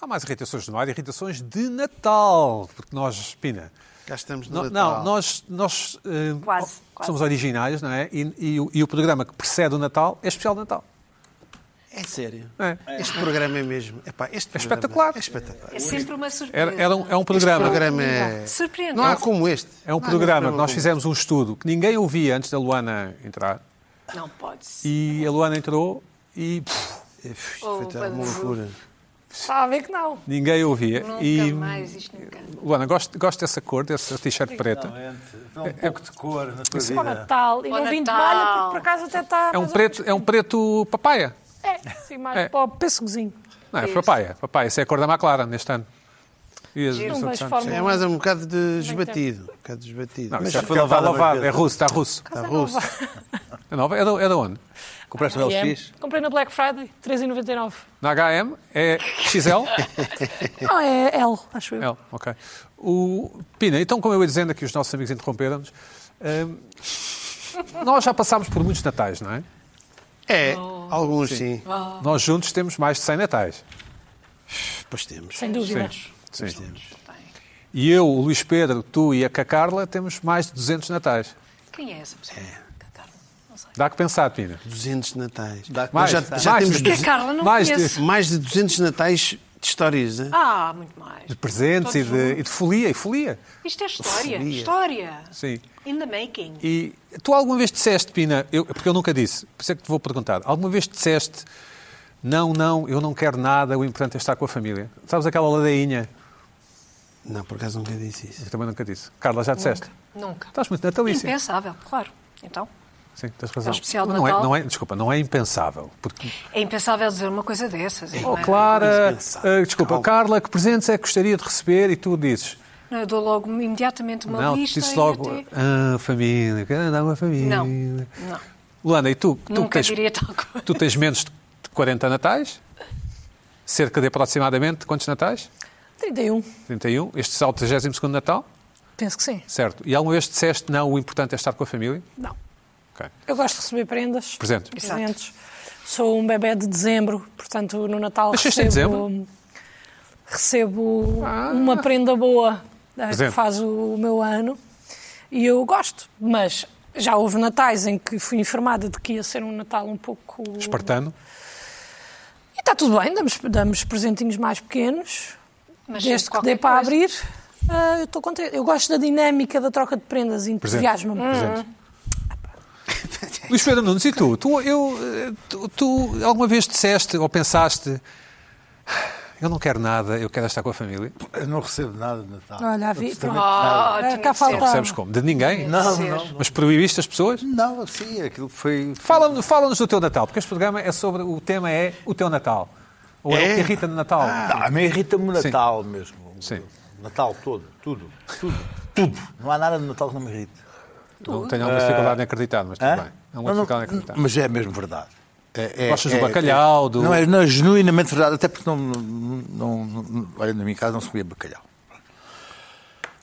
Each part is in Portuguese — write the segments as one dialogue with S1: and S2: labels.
S1: Há mais irritações de Noir, irritações de Natal. Porque nós, Pina,
S2: Cá estamos no
S1: no-
S2: Natal.
S1: não, nós, nós eh,
S3: Quase, quase.
S1: somos originais, não é? E, e o- e o programa que precede o Natal é especial de Natal.
S2: É sério.
S1: não é?
S2: Este programa é mesmo. Epá, este
S1: É
S2: programa
S1: espetacular.
S2: É espetacular.
S3: É sempre uma surpresa.
S1: Era, era um, é um
S2: Este
S1: programa.
S2: programa é.
S3: Surpreendente.
S2: Não há como este.
S1: É um
S2: Não há
S1: programa que nós
S2: como
S1: fizemos um estudo que ninguém ouvia antes da Luana entrar.
S3: Não pode ser.
S1: E a Luana entrou e pff,
S2: este. Uf,
S3: Oh,
S2: Isto foi é uma
S3: Pedro.
S2: loucura.
S3: Está
S4: Ah,
S3: a ver que não.
S1: ninguém ouvia.
S3: Nunca
S1: e, um-
S3: mais, isto nunca.
S1: Luana, gosto, gosto dessa cor, dessa t-shirt preta.
S5: Exatamente. Dá um pouco de cor na tua
S4: Para o
S5: vida.
S4: Natal. E
S3: Para
S4: não vim de
S3: Natal.
S4: malha porque por acaso até está.
S1: É um,
S4: mais ou
S1: preto, é um preto papaya.
S4: menos. É, sim, mais
S1: É.
S4: para o pescozinho.
S1: Não, é
S3: Isso.
S1: papaya. Papaya, essa é a cor da McLaren neste ano. E as-
S4: Não vejo
S1: Santos.
S4: forma.
S2: É mais um bocado desbatido. Um bocado desbatido.
S1: Não,
S2: Mas
S1: isso é
S5: foi
S1: porque está
S5: lavada umas
S1: lavado, é
S5: vezes.
S1: russo, está russo.
S2: está russo.
S1: É nova? É de, é de onde?
S5: Compraste um
S4: E é-
S5: LX?
S4: Comprei na Black Friday, 3,99.
S1: Na HM? É XL?
S4: Não, é L, acho eu.
S1: L, ok. O, Pina, então, como eu ia dizendo, aqui os nossos amigos interromperam-nos. hum, nós já passámos por muitos natais, não é?
S2: É, alguns sim.
S1: Nós juntos temos mais de 100 natais.
S2: Depois temos.
S4: Sem dúvida.
S1: Sim. E eu, o Luís Pedro, tu e a Cacarla temos mais de 200 natais.
S3: Quem é essa pessoa? Catarina, Não sei.
S1: Dá que pensar, Pina.
S2: 200 natais.
S5: Dá-
S2: Nós
S1: Mais,
S2: já, já
S1: mais
S2: temos
S1: de-
S3: Porque a Carla não
S1: mais de-
S3: conhece.
S2: mais de 200 natais de histórias, né?
S3: Ah, muito mais.
S1: De presentes e
S3: Todos
S1: de, e de folia, e folia.
S3: Isto é
S2: Folia.
S3: história. História.
S1: Sim.
S3: é In the making.
S1: E tu alguma vez disseste, Pina, eu- porque eu nunca disse, por isso é que te vou perguntar, alguma vez disseste, não, não, eu não quero nada, o importante é estar com a família? Sabes aquela ladainha?
S2: Não, por acaso nunca disse isso.
S1: Eu também nunca disse. Carla, já disseste?
S3: Nunca.
S1: Estás muito natalícia.
S3: Impensável, claro. Então,
S1: Sim, tens razão.
S3: É especial de
S1: não, é,
S3: Natal.
S1: não é, desculpa, não é impensável. Porque,
S3: é impensável dizer uma coisa dessas.
S1: oh,
S3: não é?
S1: Clara,
S2: Impensável.
S1: ah, desculpa,
S2: Calma.
S1: Carla, que presentes é que gostaria de receber? E tu dizes,
S3: Não, eu dou logo imediatamente uma
S1: não, tu
S3: lista.
S1: dizes
S3: e
S1: logo,
S3: até-
S1: ah, família, quero andar com a família.
S3: Não, não.
S1: Luana, e tu? tu
S3: Nunca
S1: tens,
S3: diria tal coisa.
S1: Tu tens menos de 40 natais? Cerca de aproximadamente quantos natais?
S4: 31,
S1: 31. Este será o 32 Natal,
S4: penso que sim.
S1: certo. E alguma vez disseste, não, o importante é estar com a família?
S4: Não.
S1: Ok.
S4: Eu gosto de receber prendas.
S1: Presentes.
S3: Exato.
S4: Presentes. Sou um bebê de dezembro, portanto no Natal
S1: Nasceste em Ah.
S4: recebo, recebo uma prenda boa eh, que
S1: Presente.
S4: faz o meu ano e eu gosto, mas já houve natais em que fui informada de que ia ser um Natal um pouco...
S1: Espartano?
S4: E está tudo bem, damos, damos presentinhos mais pequenos,
S3: Mas
S4: Desde que
S3: qualquer
S4: dê para
S3: coisa.
S4: abrir, ah, eu estou contente. Eu gosto da dinâmica da troca de prendas, entusiasmo-me.
S1: Presente. Luís Pedro Nunes, e tu? Tu, eu, eh, tu? tu alguma vez disseste ou pensaste, eu não quero nada, eu quero estar com a família?
S5: Eu não recebo nada de Natal.
S4: Olha, vi-
S5: Absolutamente
S3: Ah,
S5: nada.
S4: Ah,
S3: tinha
S4: cá
S3: de ser.
S4: falta-
S3: Não
S1: Percebes como? De ninguém?
S5: Não,
S3: ser.
S5: não.
S1: Mas proibiste as pessoas?
S5: Não, sim, aquilo foi.
S1: Fala- Fala-nos do teu Natal, porque este programa é sobre, o tema é o teu Natal. Ou é, o
S2: É?
S1: que irrita no Natal.
S5: Não, Ah, a mim irrita-me o
S1: Sim.
S5: Natal mesmo.
S1: Sim.
S5: O Natal todo, tudo, tudo, tudo. Não há nada de Natal que não me irrite.
S1: Não tenho alguma dificuldade em acreditar, mas tudo
S5: Ah. Hã?
S1: bem. É uma
S5: Não, não,
S1: dificuldade em acreditar.
S5: Mas é mesmo verdade. É, é-
S1: Gostas do
S5: é-
S1: bacalhau,
S5: é-
S1: do-
S5: Não, é, não é genuinamente verdade, até porque não, não, não- não- Olha, na minha casa não se comia bacalhau.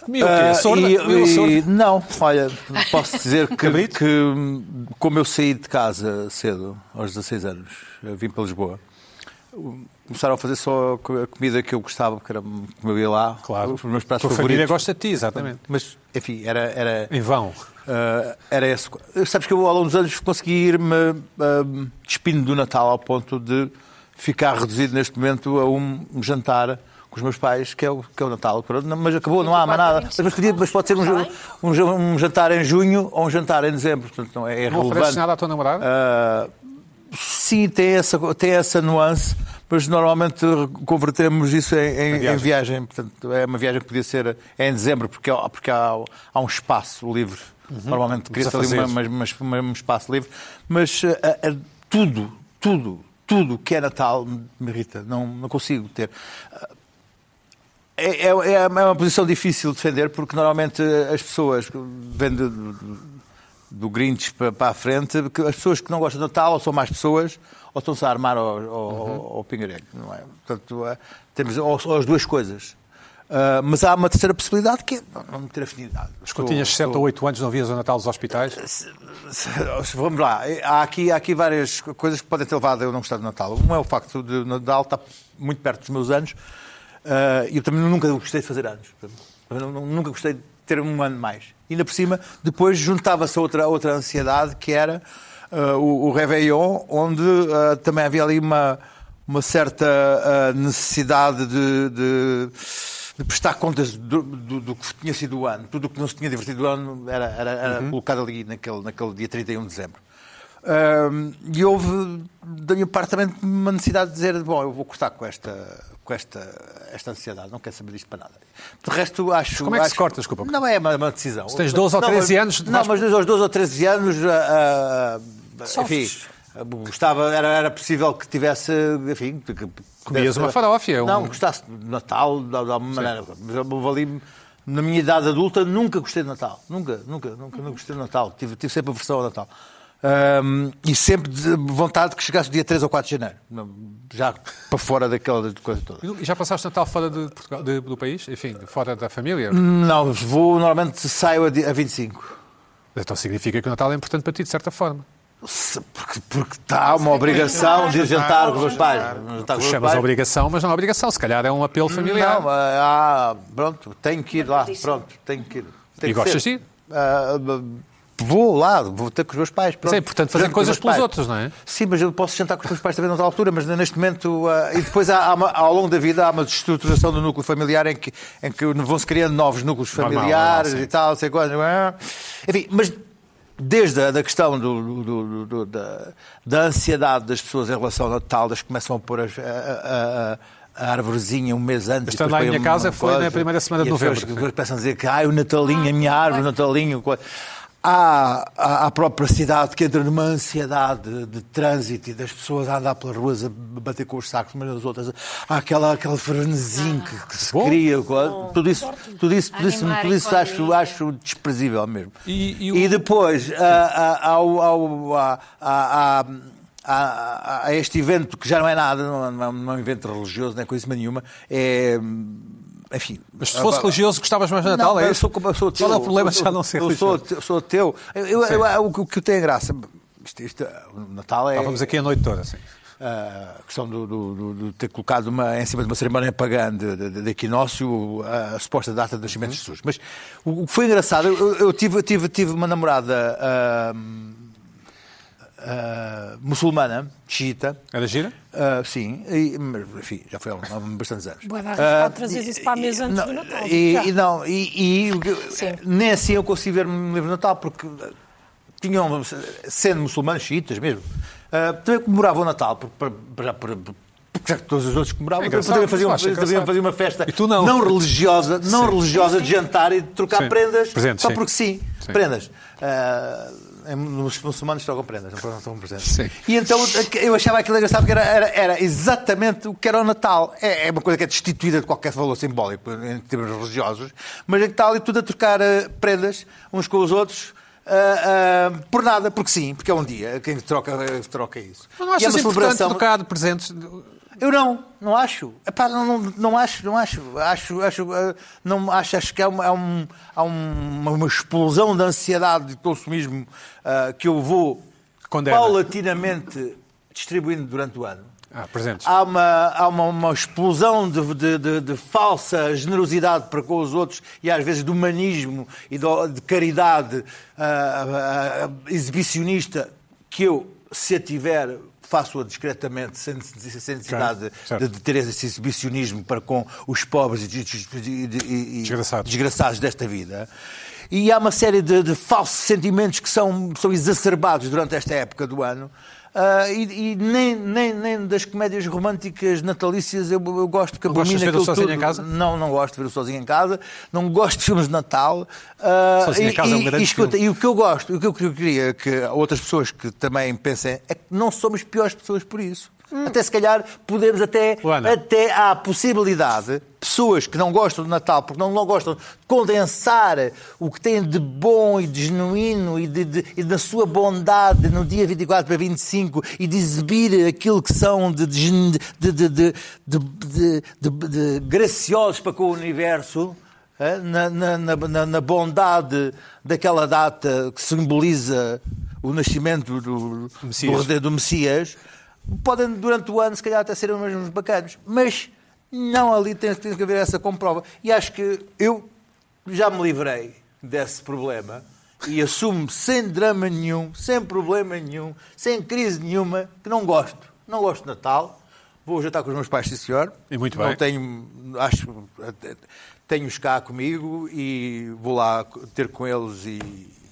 S1: Comi o quê? Sorda?
S5: Ah, e-
S1: Comi o
S5: e-
S1: sorda?
S5: não, olha, posso dizer que, que, hum, como eu saí de casa cedo, aos 16 anos, eu vim para Lisboa, hum, começaram a fazer só a comida que eu gostava, que era como eu ia lá,
S1: Claro.
S5: os meus pratos
S1: tua família
S5: favoritos.
S1: gosta de ti, exatamente.
S5: Mas, enfim, era, era,
S1: Em vão.
S5: ah, era esse. Sabes que eu, ao longo dos anos, consegui ir-me ah, despindo do Natal ao ponto de ficar reduzido neste momento a um jantar com os meus pais, que é o, que é o Natal. Pronto, não- Mas acabou, não há mais nada. Mas, mas podia- mas pode
S1: Tá
S5: ser um, ja- um ja- um jantar em junho ou um jantar em dezembro. Portanto, não é, é
S1: Não ofereces
S5: relevante.
S1: nada à tua namorada?
S5: Ah, Sim, tem essa, tem essa nuance, mas normalmente convertemos isso em, em- em viagem. Portanto, é uma viagem que podia ser em dezembro, porque, há- porque há, há um espaço livre. Normalmente cria-se ali
S1: fazer.
S5: uma- mas, mas, mas um espaço livre. Mas ah, ah, tudo, tudo, tudo que é Natal me irrita. Não, não consigo ter. É, é, é uma posição difícil de defender porque normalmente as pessoas que vêm de- do Grinch para, para a frente, que as pessoas que não gostam de Natal ou são mais pessoas ou estão-se a armar ao, ao, ao- ao pingarelho, não é? Portanto, é, temos ou, ou as duas coisas. Ah, mas há uma terceira possibilidade que é não, não ter afinidade.
S1: Quando tinhas 7 ou 8 anos, não vias o Natal dos hospitais?
S5: Ah, Vamos lá, há aqui, há aqui várias coisas que podem ter levado a eu não gostar do Natal. Um é o facto de o Natal estar muito perto dos meus anos ah, e eu também nunca gostei de fazer anos. Também não- não- Nunca gostei de ter um ano mais. E ainda por cima, depois juntava-se a outra, outra ansiedade que era ah, o, o Réveillon, onde ah, também havia ali uma, uma certa ah, necessidade de- de de prestar contas do, do- do que tinha sido o ano. Tudo o que não se tinha divertido o ano era, era- era
S1: Uhum.
S5: colocado ali naquele, naquele dia 31 de dezembro. Ahm, e houve, da minha parte, também uma necessidade de dizer: bom, eu vou cortar com esta, com esta, esta ansiedade, não quero saber disto para nada. De resto, acho.
S1: como é que se
S5: acho-
S1: corta, desculpa?
S5: Não é uma, uma decisão.
S1: Se tens 12 ou
S5: Não,
S1: 13
S5: mas-
S1: anos,
S5: Não,
S1: vais-
S5: mas desde aos 12 ou 13 anos. ah, ah,
S4: Sofres.
S5: enfim, Gostava, era, era possível que tivesse, enfim, que- que
S1: Comias uma farófia, um-
S5: Não, gostasse de Natal, de alguma maneira. Mas eu vali, na minha idade adulta, nunca gostei de Natal. Nunca, nunca, nunca, nunca gostei de Natal. Tive, tive sempre aversão ao Natal. Ahm, e sempre de vontade que chegasse o dia 3 ou 4 de janeiro. Não, Já para fora daquela coisa toda.
S1: E já passaste o Natal fora de Portugal- de- do país? Enfim, fora da família?
S5: Hum. Não, vou, normalmente saio a di- a 25.
S1: Então significa que o Natal é importante para ti, de certa forma.
S5: Se- Porque, porque está uma obrigação de jantar com os meus pais. Jantar com os meus
S1: Chamas a
S5: pais.
S1: obrigação, mas não é obrigação. Se calhar é um apelo familiar.
S5: Hum, Não, ah, pronto, tenho que ir lá, pronto, tenho que ir. Tem
S1: E
S5: que
S1: gostas
S5: ser.
S1: de ir?
S5: Ah, vou lá, vou ter com os meus pais.
S1: Mas
S5: pronto.
S1: é importante fazer
S5: Janto com os
S1: coisas pelos
S5: meus pais.
S1: outros, não é?
S5: Sim, mas eu posso jantar com os meus pais também noutra altura, mas neste momento. ah, e depois, há, há uma- ao longo da vida, há uma destruturação do núcleo familiar em que, em que vão-se criando novos núcleos
S1: Normal,
S5: familiares
S1: normal, sim.
S5: e tal, sei quando. Enfim, mas desde a da questão do, do- do- do- da, da ansiedade das pessoas em relação ao Natal, das que começam a pôr as- a, a- a- a arvorezinha um mês antes.
S1: Este ano
S5: depois
S1: lá em
S5: põem
S1: minha
S5: uma
S1: casa foi
S5: coisa,
S1: na primeira semana de
S5: e as pessoas
S1: novembro.
S5: que- que começam a dizer que ah, o Natalinho, a minha árvore, o Natalinho. coisa. Há, há a própria cidade que entra numa ansiedade de, de trânsito e das pessoas a andar pelas ruas a bater com os sacos umas nas outras. Há aquela, aquele frenesinho que, que se
S1: Bom.
S5: cria. coisa. Tudo isso, tudo isso, tudo isso,
S3: Animar
S5: tudo isso
S3: a
S5: acho,
S3: economia.
S5: acho desprezível mesmo.
S1: E- e o-
S5: E depois, a, a- ao- ao- a- a- a- a- a este evento, que já não é nada, não, não é um- não é um evento religioso, nem coisa nenhuma, é. Enfim.
S1: Mas se fosse religioso, gostavas mais do Natal,
S5: Ah, Não,
S1: é
S5: eu
S1: isso?
S5: sou, eu sou ateu.
S1: Qual é o problema
S5: Eu
S1: de
S5: sou-
S1: já não ser
S5: eu sou
S1: religioso?
S5: ateu. Eu sou ateu. Eu- eu- eu- o, que- o que eu tenho graça. Isto, isto, o Natal é.
S1: Estávamos Ah, aqui a noite toda, sim.
S5: Ah, a questão do, do- do- de ter colocado uma, em cima de uma cerimónia pagã de, de, de equinócio a, suposta data de nascimento de
S1: Uhum.
S5: Jesus. Mas o o que foi engraçado, eu, eu tive, eu tive, tive uma namorada ah, ah, muçulmana, xiita,
S1: Era gira?
S5: ah, sim, e, mas, enfim, já foi há, um- há bastantes anos.
S4: Bué de arriscado
S5: Ah,
S4: trazer
S5: e-
S4: isso para a mesa
S5: e-
S4: antes
S5: não,
S4: do Natal,
S5: E,
S4: já.
S5: e não, e, e o que-
S4: Sim.
S5: nem assim eu consigo ver um livro de Natal, porque eh, tinham, sendo muçulmanos, xiitas mesmo, eh, também comemoravam o Natal, porque, para- para- para- porque já que todos os outros comemoravam,
S1: É
S5: também
S1: engraçado,
S5: poderiam fazer, uma,
S1: acho engraçado.
S5: poderiam fazer uma festa
S1: E tu não.
S5: religiosa, não religiosa de jantar e de trocar
S1: Sim.
S5: prendas,
S1: Presentes,
S5: só
S1: sim.
S5: porque sim,
S1: Sim.
S5: prendas. Eh, em- os muçulmanos trocam prendas, não trocam um presentes.
S1: Sim.
S5: E então eu achava aquilo engraçado porque era, era, era exatamente o que era o Natal. É, é uma coisa que é destituída de qualquer valor simbólico em termos religiosos, mas é que está ali tudo a trocar eh, prendas uns com os outros. ah, ah, por nada, porque sim, porque é um dia quem troca, eh, troca isso.
S1: Mas não
S5: E é
S1: achas
S5: uma
S1: importante
S5: celebração.
S1: trocar de presentes?
S5: Eu não, não acho. Epá, não, não, não acho, não acho. Acho, acho, eh, não, acho, acho que há, uma, há um- há uma, uma explosão de ansiedade de consumismo ah, que eu vou
S1: Condena.
S5: paulatinamente distribuindo durante o ano.
S1: Ah, presentes.
S5: Há uma, há uma, uma explosão de, de- de- de falsa generosidade para com os outros e às vezes de humanismo e de, de caridade ah, ah, exibicionista que eu, se a tiver, faço-a discretamente, sem, sem necessidade
S1: Claro, certo.
S5: de, de ter esse exibicionismo para com os pobres e, e- e- e-
S1: Desgraçados.
S5: desgraçados desta vida. E há uma série de, de falsos sentimentos que são, são exacerbados durante esta época do ano. Ah, e e nem, nem, nem das comédias românticas natalícias eu, eu gosto que
S1: Não gostas de ver
S5: abomina
S1: o
S5: aquilo
S1: Sozinho
S5: tudo.
S1: em Casa?
S5: Não, não gosto de ver o sozinho em casa. Não gosto de filmes de Natal. Ah,
S1: Sozinho em
S5: e-
S1: Casa é um
S5: e-
S1: grande
S5: e, escuta,
S1: filme.
S5: e o que eu gosto, o que eu queria que outras pessoas que também pensem é que não somos piores pessoas por isso. Até se calhar podemos até,
S1: Luana.
S5: até há a possibilidade pessoas que não gostam do Natal, porque não, não gostam de condensar o que têm de bom e de genuíno e, de, de- e da sua bondade no dia 24 para 25 e de exibir aquilo que são de, de, gen- de, de, de, de, de- de- de graciosos para com o universo. eh, Na, na- na- na- na bondade daquela data que simboliza o nascimento do,
S1: Messias.
S5: do Rede- do Messias, podem durante o ano se calhar até serem os mesmos bacanos, mas não ali tem, tem que haver essa comprova. E acho que eu já me livrei desse problema e assumo sem drama nenhum, sem problema nenhum, sem crise nenhuma, que não gosto. Não gosto de Natal. Vou jantar com os meus pais, sim senhor.
S1: E muito
S5: não
S1: bem.
S5: Tenho, acho, até- tenho-os cá comigo e vou lá ter com eles e,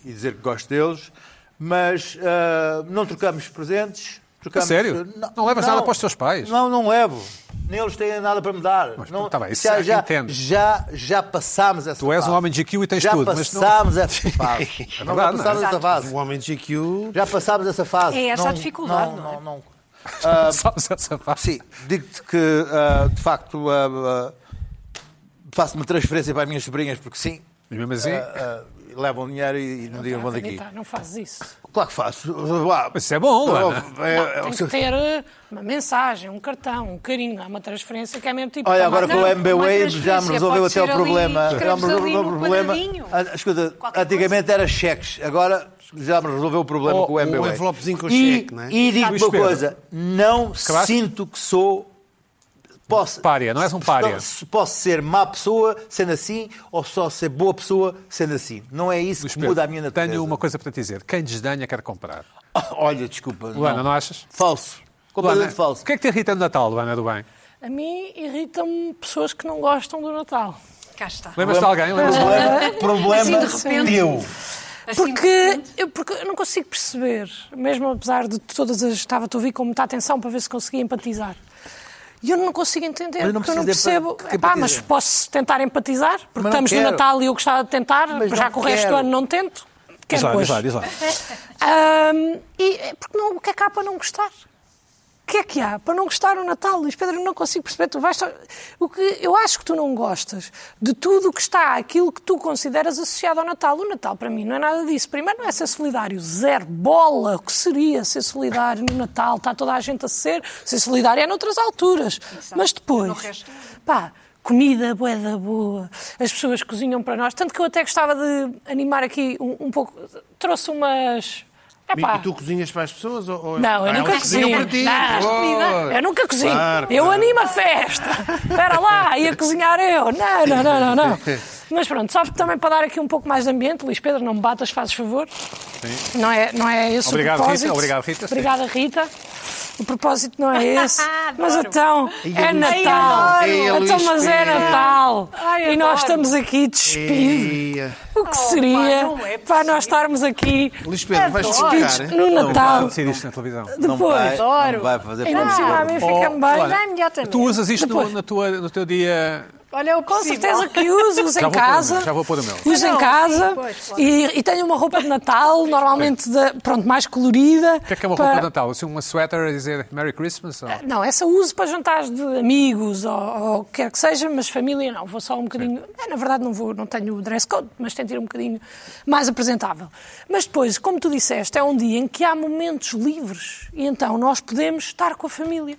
S5: e dizer que gosto deles. Mas ah, não trocamos presentes. Trocamos, ah,
S1: A sério? Não levas nada para os teus pais?
S5: Não, não levo. Nem eles têm nada para me dar.
S1: Mas,
S5: não,
S1: tá bem, isso
S5: já,
S1: eu
S5: já,
S1: entendo.
S5: já, já passámos essa
S1: Tu és um
S5: fase.
S1: homem de GQ e tens
S5: já
S1: tudo, mas não-
S5: passámos essa fase.
S1: verdade,
S5: Não, já
S1: não é?
S5: passámos essa fase.
S2: O homem de GQ.
S5: Já passámos essa fase.
S3: É essa a
S5: não,
S3: dificuldade, não é?
S5: não, não.
S1: Sabes essa fase?
S5: Sim, digo-te que, ah, de facto, ah, ah, faço uma transferência para as minhas sobrinhas, porque sim,
S1: Mas mesmo assim,
S5: ah, ah, levam dinheiro e, e não digam vão daqui.
S4: Anita, não fazes isso.
S5: Claro que faço. Ah,
S1: Mas isso é bom, Luana.
S5: ah, é- é-
S4: Tem que ter eh, uma mensagem, um cartão, um carinho, há uma transferência que é mesmo tipo.
S5: Olha, agora com
S4: não,
S5: o
S3: uma
S5: MBWay já me
S3: transferência
S5: resolveu
S3: pode
S5: até o
S3: ser ali,
S5: problema. Já me
S3: escreves ali
S5: resolveu
S3: num
S5: o problema.
S3: quadradinho.
S5: Ah, Escuta,
S3: Qualquer
S5: antigamente era cheques, agora já me resolveu o problema
S1: Ou
S5: com o MBWay.
S2: um envelopezinho com
S5: E-
S2: cheque, não é?
S5: E digo
S1: Luís
S5: uma
S1: Pedro.
S5: coisa, não
S1: Acabaste?
S5: sinto que sou. Posso,
S1: Pária, não és um pária.
S5: Posso- Posso ser má pessoa sendo assim, ou só ser boa pessoa sendo assim. Não é isso
S1: Luís
S5: que
S1: Pedro,
S5: muda a minha natureza.
S1: Tenho uma coisa para te dizer. Quem desdenha quer comprar.
S5: Olha, desculpa.
S1: Luana, não é? achas?
S5: Falso. Completamente falso.
S1: o que é que te irrita no Natal, Luana do Bem?
S4: A mim irritam-me pessoas que não gostam do Natal.
S3: Cá está.
S1: Lembras-te de alguém? Lembras-te de alguém?
S5: Problema, problema
S3: Assim, de repente.
S5: teu.
S3: Assim,
S4: Porque eu, porque eu não consigo perceber, mesmo apesar de todas as. Estava a ouvir com muita atenção para ver se conseguia empatizar. E eu não consigo entender,
S5: Mas não
S4: porque eu não
S5: precisa de
S4: percebo.
S5: empa- que
S4: Epá,
S5: empatizar.
S4: mas posso tentar empatizar, porque
S5: não
S4: estamos
S5: quero.
S4: no Natal e eu gostava de tentar,
S5: Mas
S4: já
S5: não
S4: que o resto do
S5: quero.
S4: ano não tento.
S1: Diz
S4: Quero
S1: lá, diz
S4: hoje.
S1: lá, diz lá.
S4: Ahm, e é porque não, o que é que há para não gostar? O que é que há para não gostar o Natal? Luís Pedro, eu não consigo perceber. Tu vais só- o que eu acho que tu não gostas de tudo o que está aquilo que tu consideras associado ao Natal. O Natal para mim não é nada disso. Primeiro não é ser solidário, zero bola. O que seria ser solidário no Natal? Está toda a gente a ser ser solidário é noutras alturas. Mas depois,
S3: No resto,
S4: pá, comida bué da boa, as pessoas cozinham para nós. Tanto que eu até gostava de animar aqui um, um pouco. Trouxe umas. Epá,
S2: E tu cozinhas para as pessoas? Ou, ou-
S4: Não, é eu
S2: Ah,
S4: nunca
S2: eles cozinham para
S4: cozinho.
S2: ti.
S4: Não.
S2: Pois.
S4: eu nunca cozinho.
S2: Claro,
S4: eu
S2: claro.
S4: animo a festa. Espera lá, ia cozinhar eu. Não, não, não, não, não. Mas pronto, só também para dar aqui um pouco mais de ambiente, Luís Pedro, não me batas, fazes favor. Não é, não é esse
S1: Obrigado,
S4: o propósito.
S1: Rita. Obrigado, Rita. Sim.
S4: Obrigada, Rita. O propósito não é esse. mas
S3: Adoro.
S4: então, é
S2: Luís
S4: Natal.
S2: Pedro. Ei,
S4: Então,
S2: Luís
S4: mas é
S2: Pedro.
S4: Natal.
S3: Ai,
S4: e nós
S3: adoro.
S4: estamos aqui despidos.
S2: Ia.
S4: O que
S3: Oh,
S4: seria
S3: pá, não é
S4: para
S3: possível.
S4: nós estarmos aqui
S2: Luís Pedro, vais-te
S3: Adoro.
S2: explicar.
S4: despidos
S2: hein?
S4: no
S5: Ah,
S4: Natal?
S1: Decidiste na televisão. Oh,
S5: Não vai,
S4: Depois.
S5: não
S3: Adoro.
S5: vai fazer
S4: Ainda
S3: Ah,
S4: por cima, a mim
S3: oh,
S5: problema.
S4: fica-me
S3: Vai
S4: bem. é
S3: já imediatamente.
S1: Tu usas isto no,
S4: Depois.
S1: na tua, no teu dia.
S3: Olha, eu
S4: Com certeza que uso, uso
S1: Já
S4: em
S1: vou pôr o
S4: casa.
S1: meu, já vou pôr o meu.
S4: Uso
S3: Ah,
S4: em
S3: não,
S4: casa
S3: sim, pois, claro.
S4: e, e tenho uma roupa de Natal, normalmente da- pronto, mais colorida.
S1: O que é que é uma roupa de Natal? Assim, uma sweater a dizer Merry Christmas? Ou...
S4: Não, essa uso para jantares de amigos ou, ou o que quer que seja, mas família não, vou só um bocadinho. É, na verdade, não vou, não tenho dress code, mas tento ir um bocadinho mais apresentável. Mas depois, como tu disseste, é um dia em que há momentos livres e então nós podemos estar com a família.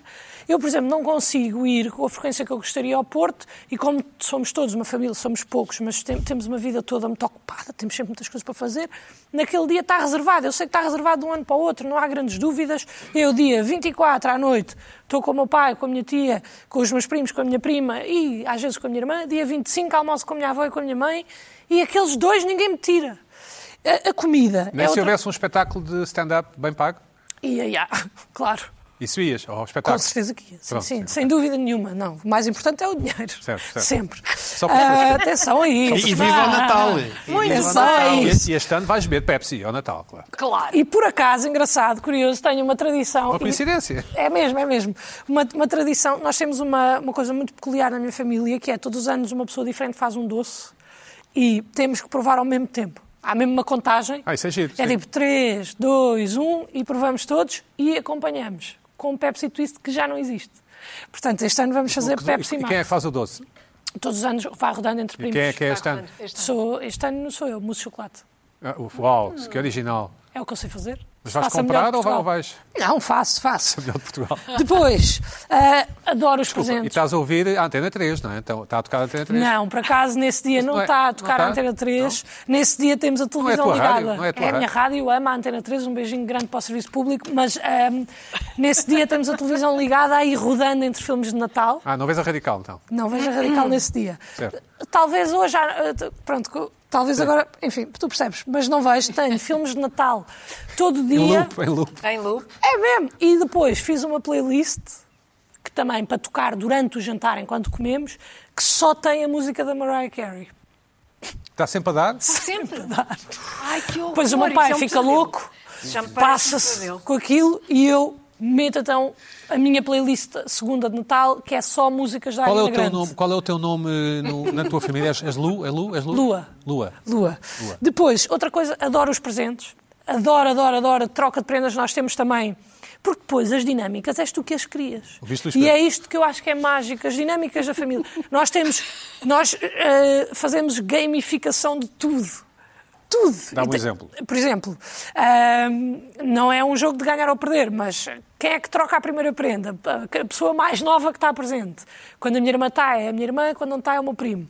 S4: Eu, por exemplo, não consigo ir com a frequência que eu gostaria ao Porto e como somos todos uma família, somos poucos, mas tem- temos uma vida toda muito ocupada, temos sempre muitas coisas para fazer, naquele dia está reservado. Eu sei que está reservado de um ano para o outro, não há grandes dúvidas. Eu, dia 24 à noite, estou com o meu pai, com a minha tia, com os meus primos, com a minha prima e às vezes com a minha irmã. Dia 25 almoço com a minha avó e com a minha mãe e aqueles dois ninguém me tira. A, a comida
S1: Nem
S4: é
S1: se
S4: outra...
S1: houvesse um espetáculo de stand-up bem pago?
S4: Ia, ia, claro.
S1: Isso ias? Ou um espetáculo?
S4: Com certeza que ia. Sim,
S1: Pronto,
S4: sim,
S1: sim.
S4: sem dúvida nenhuma. Não, o mais importante é o dinheiro.
S1: Certo, certo.
S4: Sempre.
S1: Só para-
S4: Ah, atenção a isso.
S2: E viva o Natal. E
S4: Muito
S2: viva o
S4: bem.
S2: Natal.
S4: Sim.
S1: E este ano vais beber Pepsi ao Natal, claro.
S4: Claro. E por acaso, engraçado, curioso, tenho uma tradição.
S1: Uma coincidência.
S4: É mesmo, é mesmo. Uma, uma tradição. Nós temos uma, uma coisa muito peculiar na minha família, que é todos os anos uma pessoa diferente faz um doce e temos que provar ao mesmo tempo. Há mesmo uma contagem.
S1: Ah, isso é giro,
S4: É
S1: sim.
S4: tipo 3, 2, 1 e provamos todos e acompanhamos um com Pepsi Twist que já não existe. Portanto, este ano vamos fazer Pepsi
S1: e
S4: Max.
S1: quem é que faz o doce?
S4: Todos os anos vai rodando entre
S1: E
S4: primos.
S1: quem é que é este ano?
S3: Este
S4: Sou, este ano sou eu, mousse de chocolate.
S1: Ah, Uau, que original.
S4: É o que eu sei fazer.
S1: Mas vais
S4: Faço a
S1: comprar
S4: melhor de
S1: ou vai- ou
S4: Portugal.
S1: vais
S4: Não, faço, faço.
S1: melhor de Portugal?
S4: Depois, ah, adoro os
S1: E
S4: presentes.
S1: estás a ouvir a Antena 3, não é? Então, está a tocar a Antena 3?
S4: Não, por acaso nesse dia não
S1: Não é-
S4: está a
S1: não
S4: tocar
S1: está?
S4: a Antena 3. Nesse dia temos a
S1: é a
S4: televisão
S1: tua
S4: ligada.
S1: rádio, não é a tua
S4: a minha
S1: rádio.
S4: rádio, ama a Antena 3, um beijinho grande para o serviço público, mas ahm, nesse dia temos a televisão ligada aí rodando entre filmes de Natal.
S1: Ah, não vês a Radical, então.
S4: Não vejo radical nesse dia.
S1: Certo.
S4: Talvez hoje, ah, t- pronto, co- talvez agora, enfim, tu percebes, mas não vejo, tenho filmes de Natal todo
S1: Em
S4: dia.
S1: loop, em loop.
S3: Em loop.
S4: É mesmo. E depois fiz uma playlist que também para tocar durante o jantar enquanto comemos, que só tem a música da Mariah Carey.
S1: Está sempre a dar?
S3: Sempre. Ai, que horror.
S4: Depois o meu
S3: isso
S4: pai
S3: é um
S4: fica
S3: pesadelo.
S4: louco,
S3: Já me parece um
S4: passa-se
S3: pesadelo.
S4: com aquilo e eu meto então a minha playlist segunda de Natal, que é só músicas da
S1: Qual é,
S4: Ariana
S1: o teu
S4: Grande.
S1: nome, qual é o teu nome no- na tua família? És, és Lu? É Lu? És Lu?
S4: Lua.
S1: Lua.
S4: Lua. Depois, outra coisa, adoro os presentes. Adoro, adoro, adoro. Troca de prendas nós temos também. Porque depois as dinâmicas és tu que as crias.
S1: Ouviste, Luís
S4: E
S1: Pedro?
S4: é isto que eu acho que é mágico, as dinâmicas da família. nós temos, nós eh, fazemos gamificação de tudo. Tudo.
S1: Dá um
S4: Então,
S1: exemplo.
S4: Por exemplo, ahm, não é um jogo de ganhar ou perder, mas quem é que troca a primeira prenda? A pessoa mais nova que está presente. Quando a minha irmã está, é a minha irmã, quando não está, é o meu primo.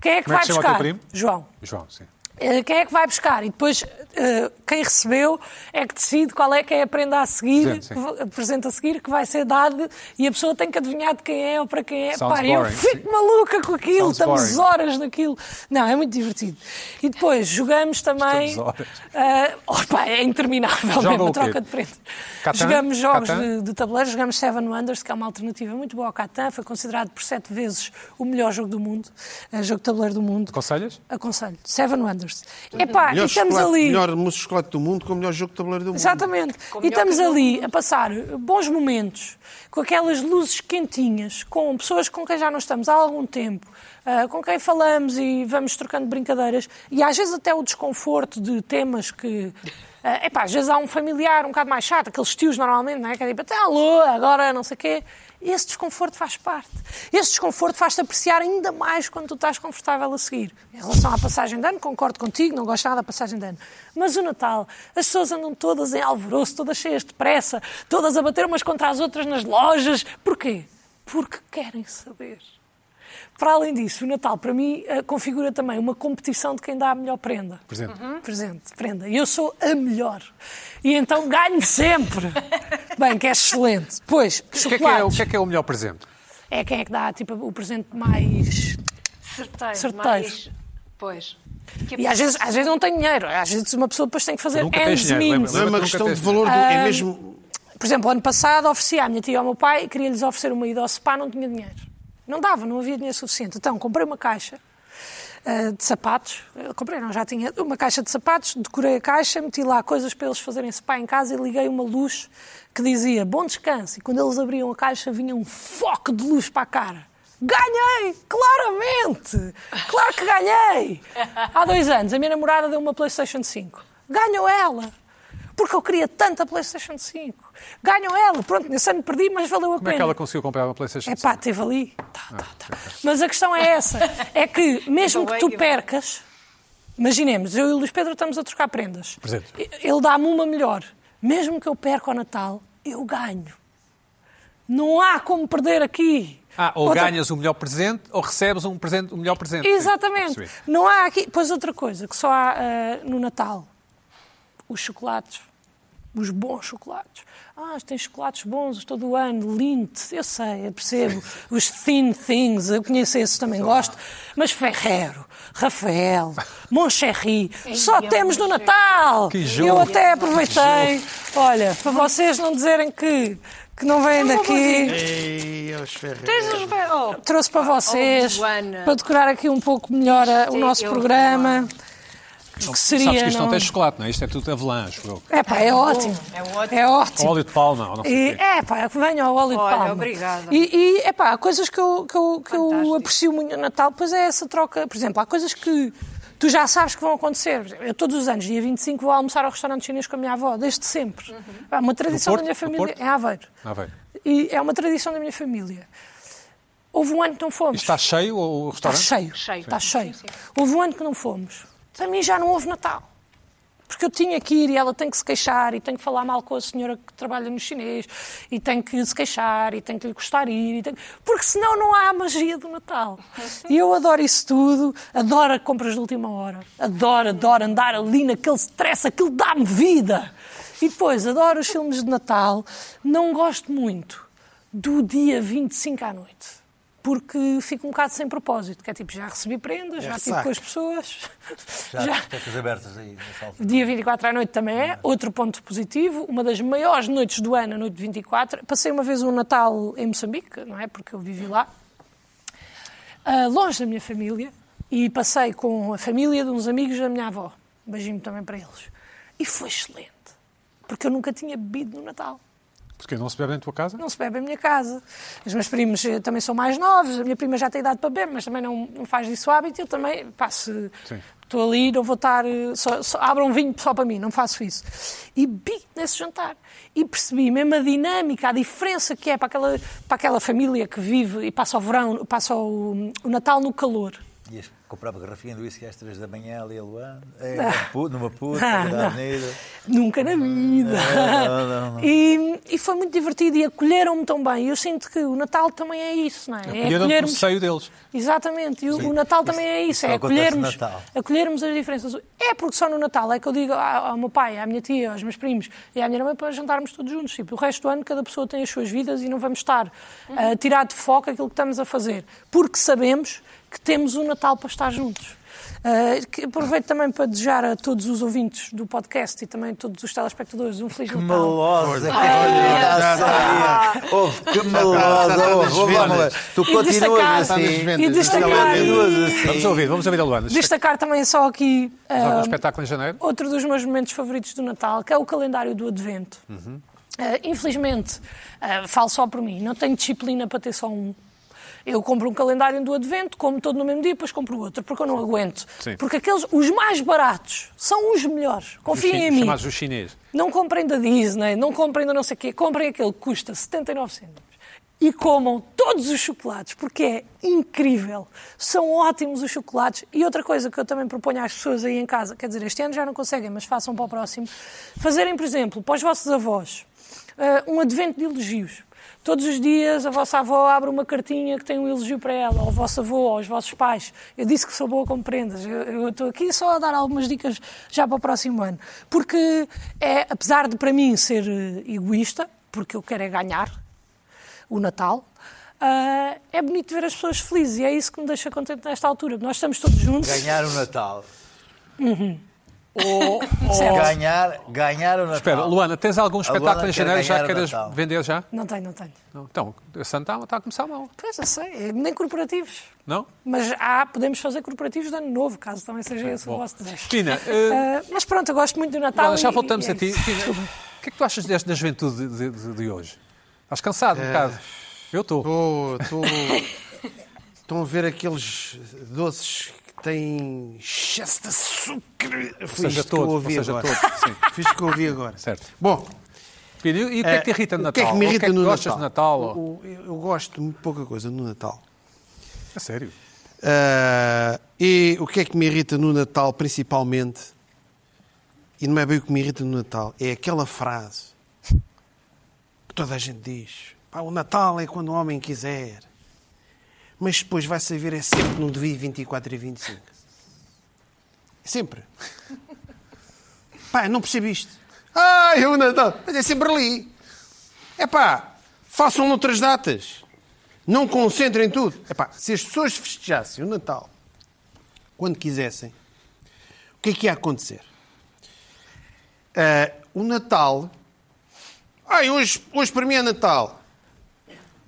S4: Quem é que
S1: Como é
S4: vai
S1: que se chama o teu
S4: buscar?
S1: primo?
S4: João.
S1: João, sim.
S4: Eh, quem é que vai buscar? E depois eh, quem recebeu é que decide qual é que é a prenda a seguir,
S1: Presente, sim.
S4: que va- presente a seguir, que vai ser dado e a pessoa tem que adivinhar de quem é ou para quem é.
S1: Sounds
S4: Pá, eu
S1: boring,
S4: fico
S1: sim.
S4: maluca com aquilo,
S1: Sounds
S4: estamos
S1: boring.
S4: horas naquilo. Não, é muito divertido. E depois jogamos também.
S1: Estamos horas.
S4: eh, oh, pá, é interminável
S1: Joga
S4: mesmo
S1: o
S4: a
S1: quê?
S4: troca de prendas.
S1: Catan?
S4: Jogamos jogos
S1: Catan?
S4: de, de tabuleiro, jogamos Seven Wonders, que é uma alternativa muito boa ao Catan, foi considerado por sete vezes o melhor jogo do mundo, eh, jogo de tabuleiro do mundo.
S1: Aconselhas?
S4: Aconselho. Seven Wonders. Epá, e
S2: Melhor
S4: estamos
S2: chocolate-
S4: ali.
S2: Melhor mousse de chocolate do mundo com o melhor jogo de tabuleiro do mundo.
S4: Exatamente. E estamos ali a passar bons momentos, com aquelas luzes quentinhas, com pessoas com quem já não estamos há algum tempo, ah, com quem falamos e vamos trocando brincadeiras, e às vezes até o desconforto de temas que. ah, epá, às vezes há um familiar um bocado mais chato, aqueles tios normalmente, não é? Que é tipo, até alô, agora não sei o quê. Esse desconforto faz parte. Esse desconforto faz-te apreciar ainda mais quando tu estás confortável a seguir. Em relação à passagem de ano, concordo contigo, não gosto nada da passagem de ano. Mas o Natal, as pessoas andam todas em alvoroço, todas cheias de pressa, todas a bater umas contra as outras nas lojas. Porquê? Porque querem saber. Para além disso, o Natal, para mim, eh, configura também uma competição de quem dá a melhor prenda. Uhum.
S1: Presente.
S4: Presente, prenda. E eu sou a melhor. E então ganho sempre. Bem, que é excelente. Pois,
S1: O que, é que é, o
S4: chocolates.
S1: que é que é o melhor presente?
S4: É quem é que dá tipo, o presente mais.
S3: Certeiro.
S4: Certeiro.
S3: mais- Pois. Que é
S4: E às vezes, às vezes não tem dinheiro, às vezes uma pessoa depois tem que fazer
S1: Nunca tens
S4: ends
S1: dinheiro,
S4: means.
S2: Não é uma
S1: Nunca
S2: questão
S1: tens
S2: de valor, do,
S4: Ah,
S2: é mesmo
S4: Por exemplo, ano passado ofereci à minha tia e ao meu pai, queria-lhes oferecer uma ida ao SPA, não tinha dinheiro. Não dava, não havia dinheiro suficiente. Então comprei uma caixa ah, de sapatos, Eu comprei, não, já tinha uma caixa de sapatos, decorei a caixa, meti lá coisas para eles fazerem SPA em casa e liguei uma luz que dizia bom descanso. E quando eles abriam a caixa vinha um foco de luz para a cara. Ganhei! Claramente! Claro que ganhei! Há dois anos, a minha namorada deu uma PlayStation 5. Ganhou ela! Porque eu queria tanto a PlayStation 5. Ganham ela. Pronto, nesse ano perdi, mas valeu a
S1: Como é
S4: pena.
S1: que ela Ah, conseguiu comprar uma PlayStation?
S4: É pá, teve ali. Tá, tá, tá. Mas a questão é essa: é que mesmo
S3: Então,
S4: que
S3: é
S4: tu
S3: que-
S4: percas, imaginemos, eu e o Luís Pedro estamos a trocar prendas.
S1: Presente.
S4: Ele dá-me uma melhor. Mesmo que eu perca ao Natal, eu ganho. Não há como perder aqui.
S1: Ah, ou
S4: Outra-
S1: ganhas o melhor presente ou recebes um, presente, o melhor presente. Sim,
S4: Exatamente.
S1: percebi.
S4: Não há aqui. Pois outra coisa que só há ah, no Natal: os chocolates. Os bons chocolates. Ah, tem chocolates bons todo o ano, Lindt, eu sei, eu percebo. Os Thin Things, eu conheço esses também, gosto. Mas Ferrero, Rafael, Moncherry, só
S3: é
S4: temos no Natal!
S1: Que
S4: Eu
S1: jogo.
S4: até aproveitei. Olha, para vocês não dizerem que, que não vêm daqui.
S2: Ei, aos ferreiros.
S4: um-
S3: Tens os ver- oh,
S4: Trouxe para vocês,
S3: Oh, Joana.
S4: para decorar aqui um pouco melhor a- o
S3: Sim,
S4: nosso
S3: eu-
S4: programa. Que
S1: Sabes
S4: seria.
S1: que isto não,
S4: não-
S1: tem chocolate, não é? Isto é tudo avelã, acho eu.
S4: É pá, é ótimo.
S3: é ótimo.
S4: É ótimo.
S1: Óleo de palma, ou não sei
S4: E,
S1: o quê.
S4: é pá, venham ao óleo
S3: Olha,
S4: de palma.
S3: obrigada.
S4: E, e é pá, há coisas que eu, que, eu, que eu
S3: Fantástico.
S4: aprecio muito no Natal, pois é essa troca. Por exemplo, há coisas que tu já sabes que vão acontecer. Eu todos os anos, dia 25, vou almoçar ao restaurante chinês com a minha avó, desde sempre.
S3: Uhum.
S4: É uma tradição
S1: Porto?
S4: da minha
S1: No
S4: família.
S1: Porto?
S4: É Aveiro.
S1: Ah, bem.
S4: E é uma tradição da minha família. Houve um ano que não
S1: E
S4: fomos.
S1: está cheio o
S4: Está
S1: restaurante?
S4: cheio.
S3: Cheio.
S4: Está
S3: Sim.
S4: cheio.
S3: Sim, sim.
S4: Houve um ano que não fomos. Para mim já não houve Natal. Porque eu tinha que ir e ela tem que se queixar e tem que falar mal com a senhora que trabalha no chinês e tem que se queixar e tem que lhe custar ir. e tem- Porque senão não há a magia do Natal. E eu adoro isso tudo, adoro a compras de última hora, adoro, adoro andar ali naquele stress, aquilo dá-me vida. E depois, adoro os filmes de Natal, não gosto muito do dia 25 à noite. Porque fico um bocado sem propósito, que é tipo, já recebi prendas, já estive
S2: ressaca.
S4: com as pessoas,
S5: Já
S4: já,
S5: há tecas abertas aí nessa altura.
S4: Dia 24 à noite também é. Outro ponto positivo, uma das maiores noites do ano, a noite de 24. Passei uma vez um Natal em Moçambique, não é? Porque eu vivi lá, ah, longe da minha família, e passei com a família de uns amigos da minha avó. Um beijinho também para eles. E foi excelente, porque eu nunca tinha bebido no Natal.
S1: Porque não se bebe em tua casa?
S4: Não se bebe em minha casa. Os meus primos eh, também são mais novos, a minha prima já tem idade para beber, mas também não, não faz disso hábito. Eu também, pá, se
S1: Sim.
S4: estou ali, não vou estar. eh, Só, só, abro um vinho só para mim, não faço isso. E bi nesse jantar. E percebi mesmo a dinâmica, a diferença que é para aquela, para aquela família que vive e passa o verão, passa o, o Natal no calor.
S6: Ias comprar uma garrafinha do uísque às 3 da manhã ali a Luanda, em Mapu- numa puta,
S4: Ah,
S6: na
S4: não.
S6: avenida.
S4: Nunca na vida.
S6: Não, não, não.
S4: E, e foi muito divertido e acolheram-me tão bem. E eu sinto que o Natal também é isso, não é?
S1: E
S4: é
S1: eu não
S4: acolhermos-
S1: saio deles.
S4: Exatamente, e o, o Natal também é isso,
S6: isso
S4: é
S6: só acontece no
S4: acolhermos,
S6: Natal.
S4: acolhermos as diferenças. É porque só no Natal é que eu digo ao, ao meu pai, à minha tia, aos meus primos e à minha irmã para jantarmos todos juntos. Tipo, o resto do ano cada pessoa tem as suas vidas e não vamos estar a tirar de foco aquilo que estamos a fazer, porque sabemos que temos o Natal para estar juntos. Ah, que aproveito também para desejar a todos os ouvintes do podcast e também a todos os telespectadores um Feliz Natal.
S6: Melosa, que olha, Houve,
S4: tá,
S6: que melosa,
S2: já-
S6: houve,
S2: já-
S6: vamos lá. Tu
S4: E destacar-
S6: continuas assim.
S4: e destacar,
S6: Continuas assim.
S1: Vamos ouvir, vamos ouvir a Luana.
S4: destacar também só aqui
S1: Tens
S4: ah,
S1: algum espetáculo em janeiro?
S4: Outro dos meus momentos favoritos do Natal, que é o calendário do Advento.
S1: Uhum.
S4: Ah, infelizmente, ah, falo só por mim, não tenho disciplina para ter só um. Eu compro um calendário do Advento, como todo no mesmo dia, depois compro outro, porque eu não aguento.
S1: Sim.
S4: Porque aqueles, os mais baratos, são os melhores.
S1: Os
S4: Confiem
S1: chi-
S4: em mim.
S1: Chamados o chinês.
S4: Não comprem da Disney, não comprem da não sei o quê, comprem aquele que custa 79 cêntimos. E comam todos os chocolates, porque é incrível. São ótimos os chocolates. E outra coisa que eu também proponho às pessoas aí em casa, quer dizer, este ano já não conseguem, mas façam para o próximo, fazerem, por exemplo, para os vossos avós, eh, um advento de elogios. Todos os dias a vossa avó abre uma cartinha que tem um elogio para ela, ao vosso avô, aos vossos pais. Eu disse que sou boa com prendas. Eu, eu estou aqui só a dar algumas dicas já para o próximo ano. Porque, é, apesar de para mim ser eh, egoísta, porque eu quero é ganhar o Natal, ah, é bonito ver as pessoas felizes e é isso que me deixa contente nesta altura. Nós estamos todos juntos.
S6: Ganhar o Natal.
S4: Certo.
S6: Ganhar, ganhar o Natal.
S4: Ah.
S1: Espera, Luana, tens algum espetáculo
S6: Luana
S1: em janeiro
S6: quer
S1: já
S6: ganhar o
S1: queiras
S6: Natal.
S1: vender já?
S4: Não tenho, não tenho.
S1: Não. Então, a Santa está a começar mal,
S4: Pois, eu sei, é, nem corporativos.
S1: não?
S4: Mas há, podemos fazer corporativos de ano novo, caso também seja esse o
S1: Bom.
S4: vosso desejo.
S1: Cristina, eh,
S4: Ah, mas pronto, eu gosto muito do Natal.
S1: Luana, já
S4: e-
S1: voltamos
S4: e é
S1: a ti.
S4: isso.
S1: Cristina, o que é que tu achas deste- da juventude de, de- de hoje? Estás cansado
S2: Eh,
S1: um bocado? Eu estou.
S2: Estou. estou- Estão a ver aqueles doces que têm excesso de açúcar. Foi
S1: seja,
S2: isto que eu
S1: todos,
S2: ouvi
S1: ou seja,
S2: agora.
S1: todos, sim.
S2: Fiz o que eu ouvi agora.
S1: Certo.
S2: Bom,
S1: Cristina, E o que é que te irrita no
S2: eh,
S1: Natal?
S2: O que é que me
S1: Ou
S2: irrita no
S1: tu gostas
S2: Natal?
S1: de Natal? Ou...
S2: O- Eu, eu gosto de muito pouca coisa no Natal.
S1: A sério?
S2: Ah, e o que é que me irrita no Natal, principalmente, e não é bem o que me irrita no Natal, é aquela frase que toda a gente diz: "Pá, o Natal é quando o homem quiser, mas depois vai saber, é sempre no dia 24 e 25. Sempre. Pá, não percebiste. Ah, é o Natal, mas é sempre ali. É pá, façam outras datas. Não concentrem tudo. Epá, se as pessoas festejassem o Natal quando quisessem, o que é que ia acontecer? Ah, o Natal. Ai, hoje, hoje para mim é Natal.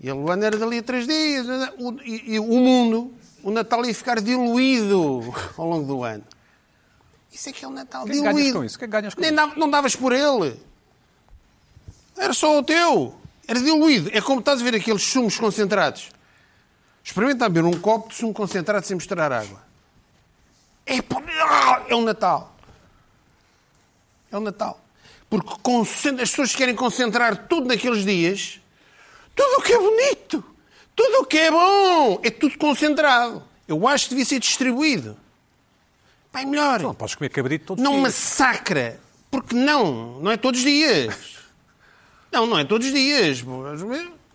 S2: E a Luana era dali a três dias. né, O- e, e o mundo, o Natal ia ficar diluído ao longo do ano. Isso é que é o Natal,
S1: O que é que
S2: diluído.
S1: ganhas com isso? O que é que ganhas com
S2: Nem
S1: isso?
S2: dava- não davas por ele. Era só o teu. Era diluído. É como estás a ver aqueles sumos concentrados. Experimenta beber um copo de sumo concentrado sem misturar água. É, pá, ah, é o Natal. É o Natal. Porque concentra- as pessoas querem concentrar tudo naqueles dias. Tudo o que é bonito. Tudo o que é bom é tudo concentrado. Eu acho que devia ser distribuído. Pá, é melhor.
S1: Não podes comer cabrito todos os
S2: Não
S1: dias.
S2: massacra. Porque não. Não é todos os dias. Não, não é todos os dias.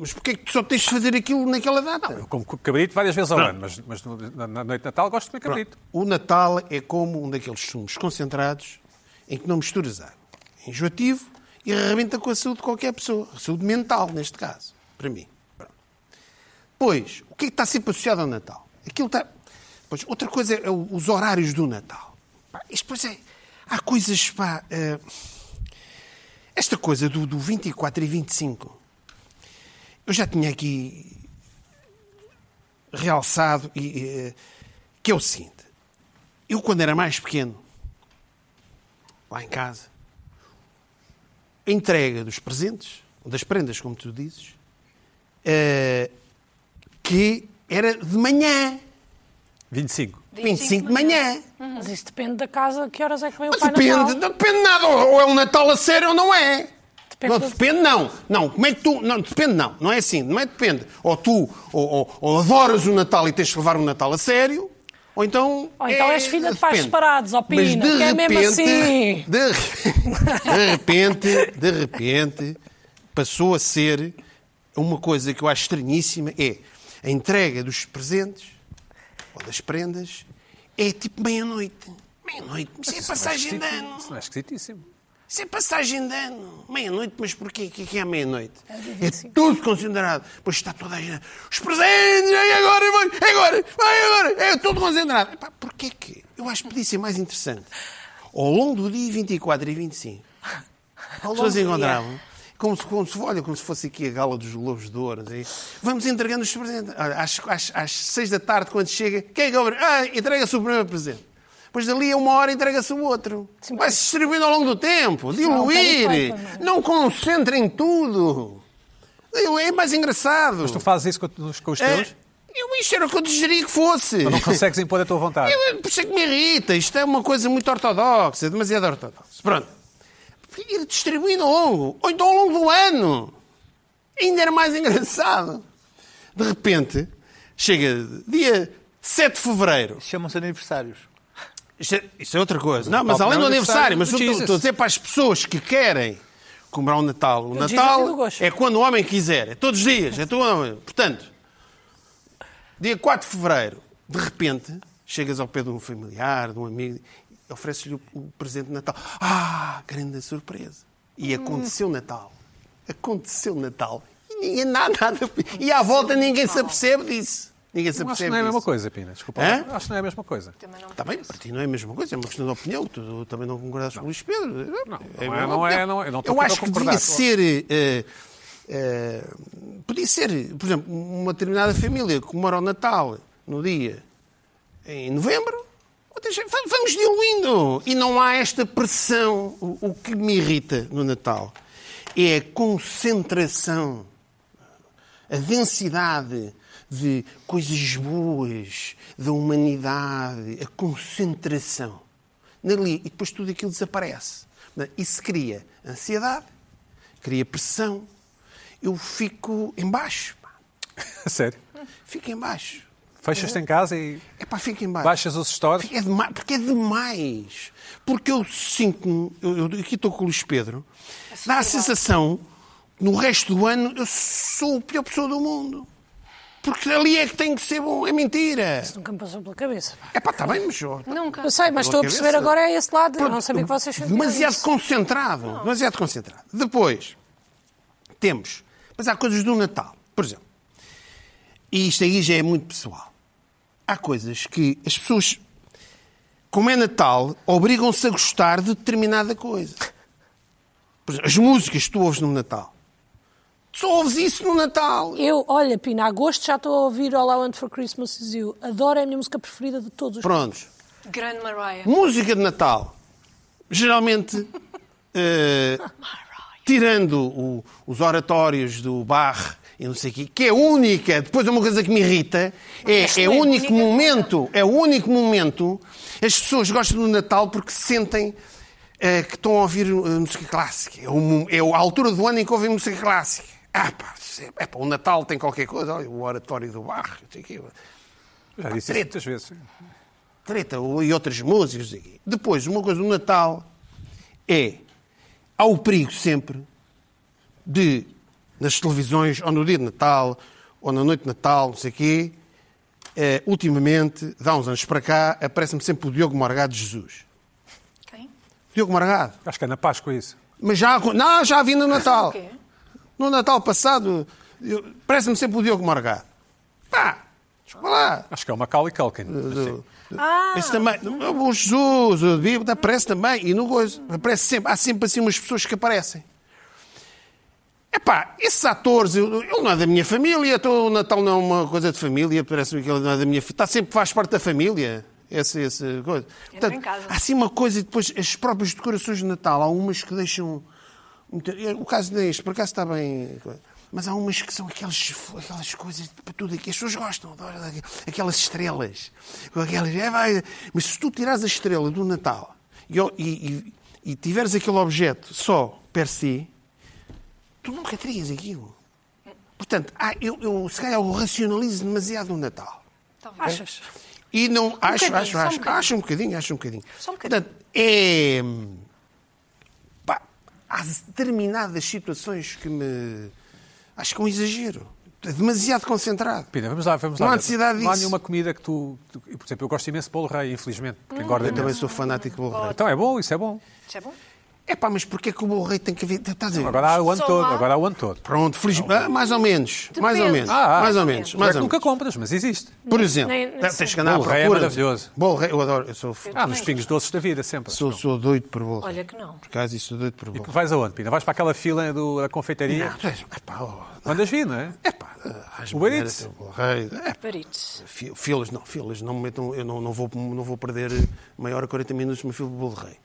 S2: Mas porquê é que tu só tens de fazer aquilo naquela data?
S1: Eu como cabrito várias vezes ao ano, mas, mas no- na, na noite de Natal gosto de comer cabrito.
S2: O Natal é como um daqueles sumos concentrados em que não misturas água. É enjoativo e arrebenta com a saúde de qualquer pessoa. A saúde mental, neste caso, para mim. Pronto. Pois, o que é que está sempre associado ao Natal? Aquilo está... Pois, outra coisa é o- os horários do Natal. Pá, isto, pois é... Há coisas, pá... eh, Esta coisa do, do 24 e 25... Eu já tinha aqui realçado e, eh, que é o seguinte: eu, quando era mais pequeno, lá em casa, a entrega dos presentes, ou das prendas, como tu dizes, eh, que era de manhã,
S1: 25.
S2: 25 de manhã.
S4: Mas isso depende da casa, que horas é que vem o
S2: Mas
S4: Pai
S2: depende,
S4: Natal.
S2: não depende de nada, ou ou é um Natal a sério ou não é.
S4: Depende
S2: não,
S4: do-
S2: depende não. Não, como é que tu... Não, depende não. Não é assim, não é depende. Ou tu ou, ou- ou adoras o Natal e tens de levar o Natal a sério, ou então...
S4: Ou então
S2: é-
S4: és filha de pais
S2: depende.
S4: separados, ó
S2: Mas
S4: Pina, que é mesmo assim.
S2: de, de repente, de repente, passou a ser uma coisa que eu acho estranhíssima, é a entrega dos presentes ou das prendas é tipo meia-noite. Meia-noite, mas isso é passagem de ano.
S1: Isso não é esquisitíssimo.
S2: Isso é passagem de ano. Meia-noite, mas porquê? O que é que é a meia-noite? É tudo considerado. Pois está toda a gente. Os presentes, é agora, vai, é agora, vai agora. É tudo considerado. Epá, porquê que? Eu acho que podia ser mais interessante. Ao longo do dia 24 e 25, as pessoas encontravam. Como se, como, se, olha, como se fosse aqui a gala dos Globos de Ouro. assim. Vamos entregando os presentes. Olha, às, às, às seis da tarde, quando chega, quem é que abre? Ah, entrega-se o primeiro presente. Depois dali a uma hora entrega-se o outro.
S4: Sim, mas-
S2: Vai-se distribuindo ao longo do tempo. Diluir.
S4: tem efeito,
S2: Não concentrem tudo. É mais engraçado.
S1: Tu fazes isso com, os- com os
S2: É,
S1: teus?
S2: eu, isto era o que eu desejaria que fosse.
S1: Ou não consegues impor a tua vontade?
S2: Eu, por isso é que me irrita. Isto é uma coisa muito ortodoxa, demasiado ortodoxa. Pronto. Ir distribuindo ao longo, ou então ao longo do ano. Ainda era mais engraçado. De repente, chega dia 7 de fevereiro.
S5: Chamam-se aniversários.
S2: Isto é, isto é outra coisa. Não, mas
S1: Natal
S2: além do
S1: não é
S2: aniversário,
S1: aniversário
S2: mas
S1: do
S2: eu estou
S1: Jesus.
S2: estou a dizer para as pessoas que querem comemorar o Natal. O
S4: Do Jesus e do
S2: Natal
S4: Gosho.
S2: é quando o homem quiser, é todos os dias, é todo homem. Portanto, dia 4 de fevereiro, de repente, chegas ao pé de um familiar, de um amigo, e ofereces-lhe o- o presente de Natal. Ah, grande surpresa. E
S1: Hum.
S2: aconteceu o Natal. Aconteceu o Natal. E ninguém nada, nada. E à volta ninguém se apercebe disso. Ninguém se
S1: Eu acho que
S2: apercebe
S1: não é a
S2: disso.
S1: mesma coisa, Pina. Desculpa.
S2: Hã?
S1: Acho que não é a mesma coisa.
S3: Também não
S2: Está bem, para ti não é a mesma coisa, é uma questão de opinião. Tu, tu também não concordas com o Luís Pedro. Não,
S1: não é, não é, não é. Eu não estou
S2: eu
S1: aqui
S2: acho
S1: para
S2: que
S1: concordar.
S2: devia ser. eh, eh, podia ser, por exemplo, uma determinada família que comemora o Natal no dia em novembro. outras- va- Vamos diluindo. E não há esta pressão. O, o que me irrita no Natal é a concentração a densidade de coisas boas, da humanidade, a concentração. Nali, e depois tudo aquilo desaparece. Não é? Isso cria ansiedade, cria pressão. Eu fico em baixo. pá.
S1: Sério.
S2: Fico em baixo.
S1: Fechas-te em casa e
S2: É pá, fico em baixo.
S1: baixas os stories.
S2: É demais, porque é demais. Porque eu sinto-me, eu, eu aqui estou com o Luís Pedro, dá a sensação que no resto do ano eu sou a pior pessoa do mundo. Porque ali é que tem que ser bom. É mentira.
S4: Nunca me passou pela cabeça.
S2: É pá, está bem, mas eu-
S3: Nunca.
S4: Eu sei,
S2: Pela
S4: mas estou a perceber
S2: cabeça.
S4: agora é esse lado. Eu não sabia que vocês sentiam
S2: Demasiado
S4: É isso.
S2: concentrado. Demasiado concentrado. Depois, temos. Mas há coisas do Natal. Por exemplo, e isto aí já é muito pessoal. Há coisas que as pessoas, como é Natal, obrigam-se a gostar de determinada coisa. Por exemplo, as músicas que tu ouves no Natal. Só ouves isso no Natal.
S4: Eu, olha, Pina, a gosto já estou a ouvir All I Want for Christmas Is You. Adoro, é a minha música preferida de todos os
S2: Prontos.
S3: Grande Mariah.
S2: Música de Natal. Geralmente, eh, tirando o- os oratórios do bar e não sei o quê, que é única, depois é uma coisa que me irrita, é, é o único momento, é o único momento, as pessoas gostam do Natal porque sentem eh, que estão a ouvir eh, música clássica. É, o mo- é a altura do ano em que ouvem música clássica. Ah, pá, percebo. É, pá, o Natal tem qualquer coisa, olha, o oratório do barro, não sei o quê.
S1: Já disse isso
S2: Treta.
S1: muitas vezes.
S2: treta o- e outras músicas. não sei o quê. Depois, uma coisa do Natal é. Há o perigo sempre de, nas televisões, ou no dia de Natal, ou na noite de Natal, não sei o quê, eh, ultimamente, de há uns anos para cá, aparece-me sempre o Diogo Morgado de Jesus.
S3: Quem?
S2: Diogo Morgado.
S1: Acho que é na Páscoa isso.
S2: Mas já, acon- não, já vi no
S3: O
S4: Oh.
S2: Natal.
S3: quê?
S2: No Natal passado, eu- parece-me sempre o Diogo Morgado. Pá, desculpa lá.
S1: Acho que é o Macaulay Culkin.
S2: Esse também, o Jesus, a Bíblia, aparece também, e no coisa, aparece sempre, há sempre assim umas pessoas que aparecem. Epá, esses atores, eu, eu não é da minha família, então o Natal não é uma coisa de família, parece-me que ele não é da minha família, está sempre, faz parte da família, esse, esse coisa. Portanto,
S3: em casa.
S2: há assim uma coisa, e depois as próprias decorações de Natal, há umas que deixam... muito- é, O caso deste, por acaso está bem... Mas há umas que são aquelas, aquelas coisas para tudo aqui. As pessoas gostam, adoram aqu- aquelas estrelas. Aquelas, é, vai. Mas se tu tirares a estrela do Natal e, e- e- e tiveres aquele objeto só per si, tu nunca terias aquilo. Portanto, há- eu, eu se calhar eu racionalizo demasiado o Natal.
S3: Talvez.
S4: Achas?
S2: E não. acho,
S3: bocadinho,
S2: acho,
S3: só um
S2: acho.
S3: bocadinho.
S2: acho um bocadinho, acho um bocadinho.
S3: Só um bocadinho.
S2: Portanto, é. pá, há determinadas situações que me. Acho que é um exagero. É demasiado concentrado.
S1: Pina, vamos lá, vamos lá.
S2: Não há
S1: ver.
S2: necessidade
S1: Não há
S2: disso.
S1: nenhuma comida que tu... tu- Por exemplo, eu gosto imenso de bolo rei, infelizmente, porque engorda
S2: Hum. Eu também
S1: imenso.
S2: sou fanático do Bolo Rei.
S1: Então é bom, isso é bom.
S3: Isso é bom?
S2: É pá, mas porquê que o Bolo Rei tem que haver. Estás a ver?
S1: Agora há o ano
S3: Só
S1: todo,
S3: há-
S1: agora há o ano todo.
S2: Pronto, feliz... ah, mais ou menos. Mais ou
S3: Depende.
S2: menos.
S1: Ah, ah.
S2: mais ou menos. Mais
S1: Tu
S2: ou
S1: nunca
S2: menos.
S1: compras, mas existe.
S2: Por exemplo,
S4: Nem- nem
S2: tens
S4: sei.
S2: que andar à
S1: Bolo Rei é
S2: procura.
S1: maravilhoso.
S2: Bolo Rei, eu adoro. Eu sou,
S1: Ah, nos pingos doces da vida, sempre.
S2: sou, sou doido por Bolo Rei.
S3: Olha que não.
S2: Por acaso, isso sou doido por Ah, Bolo Rei.
S1: Vais aonde, Pina? Vais para aquela fila do- da confeitaria?
S2: Não, tu és- epá, oh,
S1: Mandas vir, não é?
S2: Epá, às
S1: O
S2: maneiras,
S1: Benítez.
S2: o rei. É,
S3: Parites.
S2: fi- filas, não, filas, não me metam, eu não, não, vou, não vou perder eh, maior a 40 minutos numa fila do bolo de rei.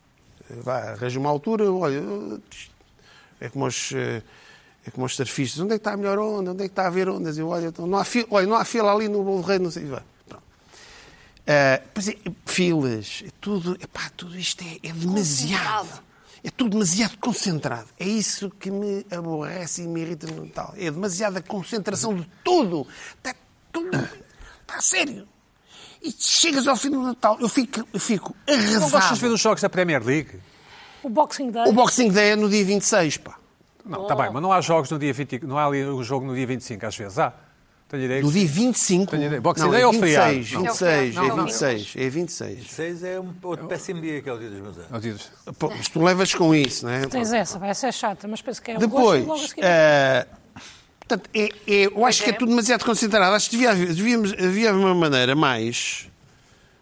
S2: Eh, Vá, arranja uma altura, olha, eu- é como os, eh, é como os surfistas, onde é que está a melhor onda, onde é que está a haver ondas? Eu olho, então, não há fila, olha, não há fila ali no bolo de rei, não sei, e vai. Pronto. Ah, pois é, filas, é tudo, epá, tudo isto é, é demasiado.
S3: Concentrado.
S2: É tudo demasiado concentrado. É isso que me aborrece e me irrita no Natal. É demasiada concentração de tudo. Está tudo. Está a sério. E chegas ao fim do Natal, eu fico, eu fico arrasado.
S1: Não gostas de ver os jogos da Premier League?
S4: O Boxing Day.
S2: O Boxing Day é no dia 26, pá.
S1: Não,
S2: Oh.
S1: está bem, mas não há jogos no dia 20, não há ali o jogo no dia 25, às vezes há. Tenho ideia
S2: No
S1: que...
S2: dia 25.
S1: Tenho ideia. Boxing
S2: não,
S1: Day
S2: é
S1: é o feriado.
S2: 26,
S1: Não.
S2: 26,
S3: Não,
S2: é
S3: não, não.
S2: 26, é 26.
S6: 6 é um outro péssimo dia que é o dia dos meus anos.
S1: Não dizes.
S2: Pô, mas tu levas com isso, não é?
S4: Tens essa, vai ser chata, mas penso que é o gosto e
S2: Depois,
S4: logo a seguir.
S2: eh, portanto, é- é- eu acho que é
S3: é.
S2: tudo demasiado concentrado. Acho que devia, haver- devíamos, havia uma maneira mais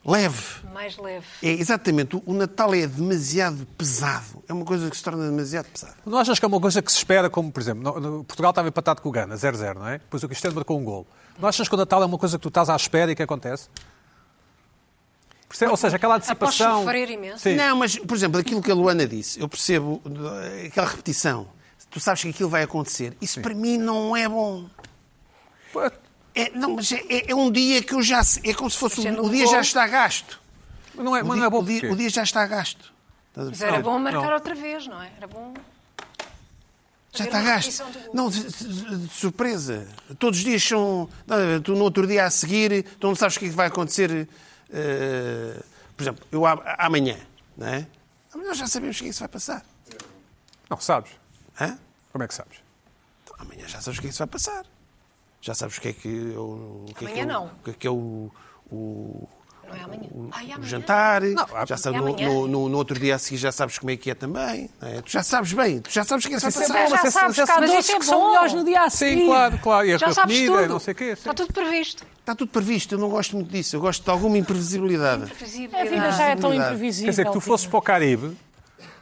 S2: leve.
S3: Mais leve.
S2: É, exatamente, o, o Natal é demasiado pesado. É uma coisa que se torna demasiado pesada.
S1: Não achas que é uma coisa que se espera, como, por exemplo, no- no- Portugal estava empatado com o Gana, 0-0, não é? Depois o Cristiano marcou um gol. Não achas que o Natal é uma coisa que tu estás à espera e que acontece? Percebe? Ou seja, aquela antecipação...
S3: sofrer imenso.
S1: Sim.
S2: Não, mas, por exemplo, aquilo que a Luana disse, eu percebo eh, aquela repetição. Tu sabes que aquilo vai acontecer. Isso para mim não é bom. É, não, mas é, é- é um dia que eu já. se- É como se fosse.
S3: Mas é
S2: O,
S3: no
S2: o dia já
S3: gol.
S2: está gasto.
S1: Mas não é,
S2: O
S1: mas
S2: dia,
S1: não é bom
S2: o dia-
S1: porquê?
S2: o dia já está gasto. Estás a
S3: Mas é
S2: perceber?
S3: era bom marcar
S1: não.
S3: outra vez, não é? Era bom.
S2: Já
S3: Fazer
S2: está
S3: uma
S2: gasto.
S3: repetição do gol.
S2: Não, de, de- de surpresa. Todos os dias são. não, Tu no outro dia a seguir, tu não sabes o que é que vai acontecer. eh, por exemplo, eu a- amanhã, não é? Amanhã nós já sabemos o que é que se vai passar.
S1: Não, sabes.
S2: Hã?
S1: Como é que sabes?
S2: Então, amanhã já sabes o que é que se vai passar. Já sabes o que é que é o. o que é que
S3: Amanhã
S2: é o-
S3: não.
S2: O que é que é o. o-
S3: Não é amanhã.
S2: o-
S3: Ai,
S2: o
S3: amanhã.
S2: jantar, já
S1: é
S2: sabe, no,
S3: amanhã.
S2: no- no- no outro dia a seguir já sabes como é que é também. não é? Tu já sabes bem, tu já sabes o que é que se
S1: Mas
S2: vai
S1: isso é
S2: passar.
S1: bom,
S4: já
S1: mas
S4: sabes
S1: já
S4: que há
S1: sabes-
S4: doces
S3: isso é
S4: que são
S3: bom.
S4: melhores no dia a seguir.
S1: Sim, claro, claro. E é a
S3: Já sabes
S1: comida,
S3: tudo.
S1: e não sei o quê. sim.
S3: Está tudo previsto.
S2: Está tudo previsto, eu não gosto muito disso. Eu gosto de alguma imprevisibilidade.
S3: Previsível.
S4: A vida já é tão
S2: Verdade.
S4: imprevisível.
S1: Quer dizer, que tu
S4: Pina.
S1: fosses para o Caribe,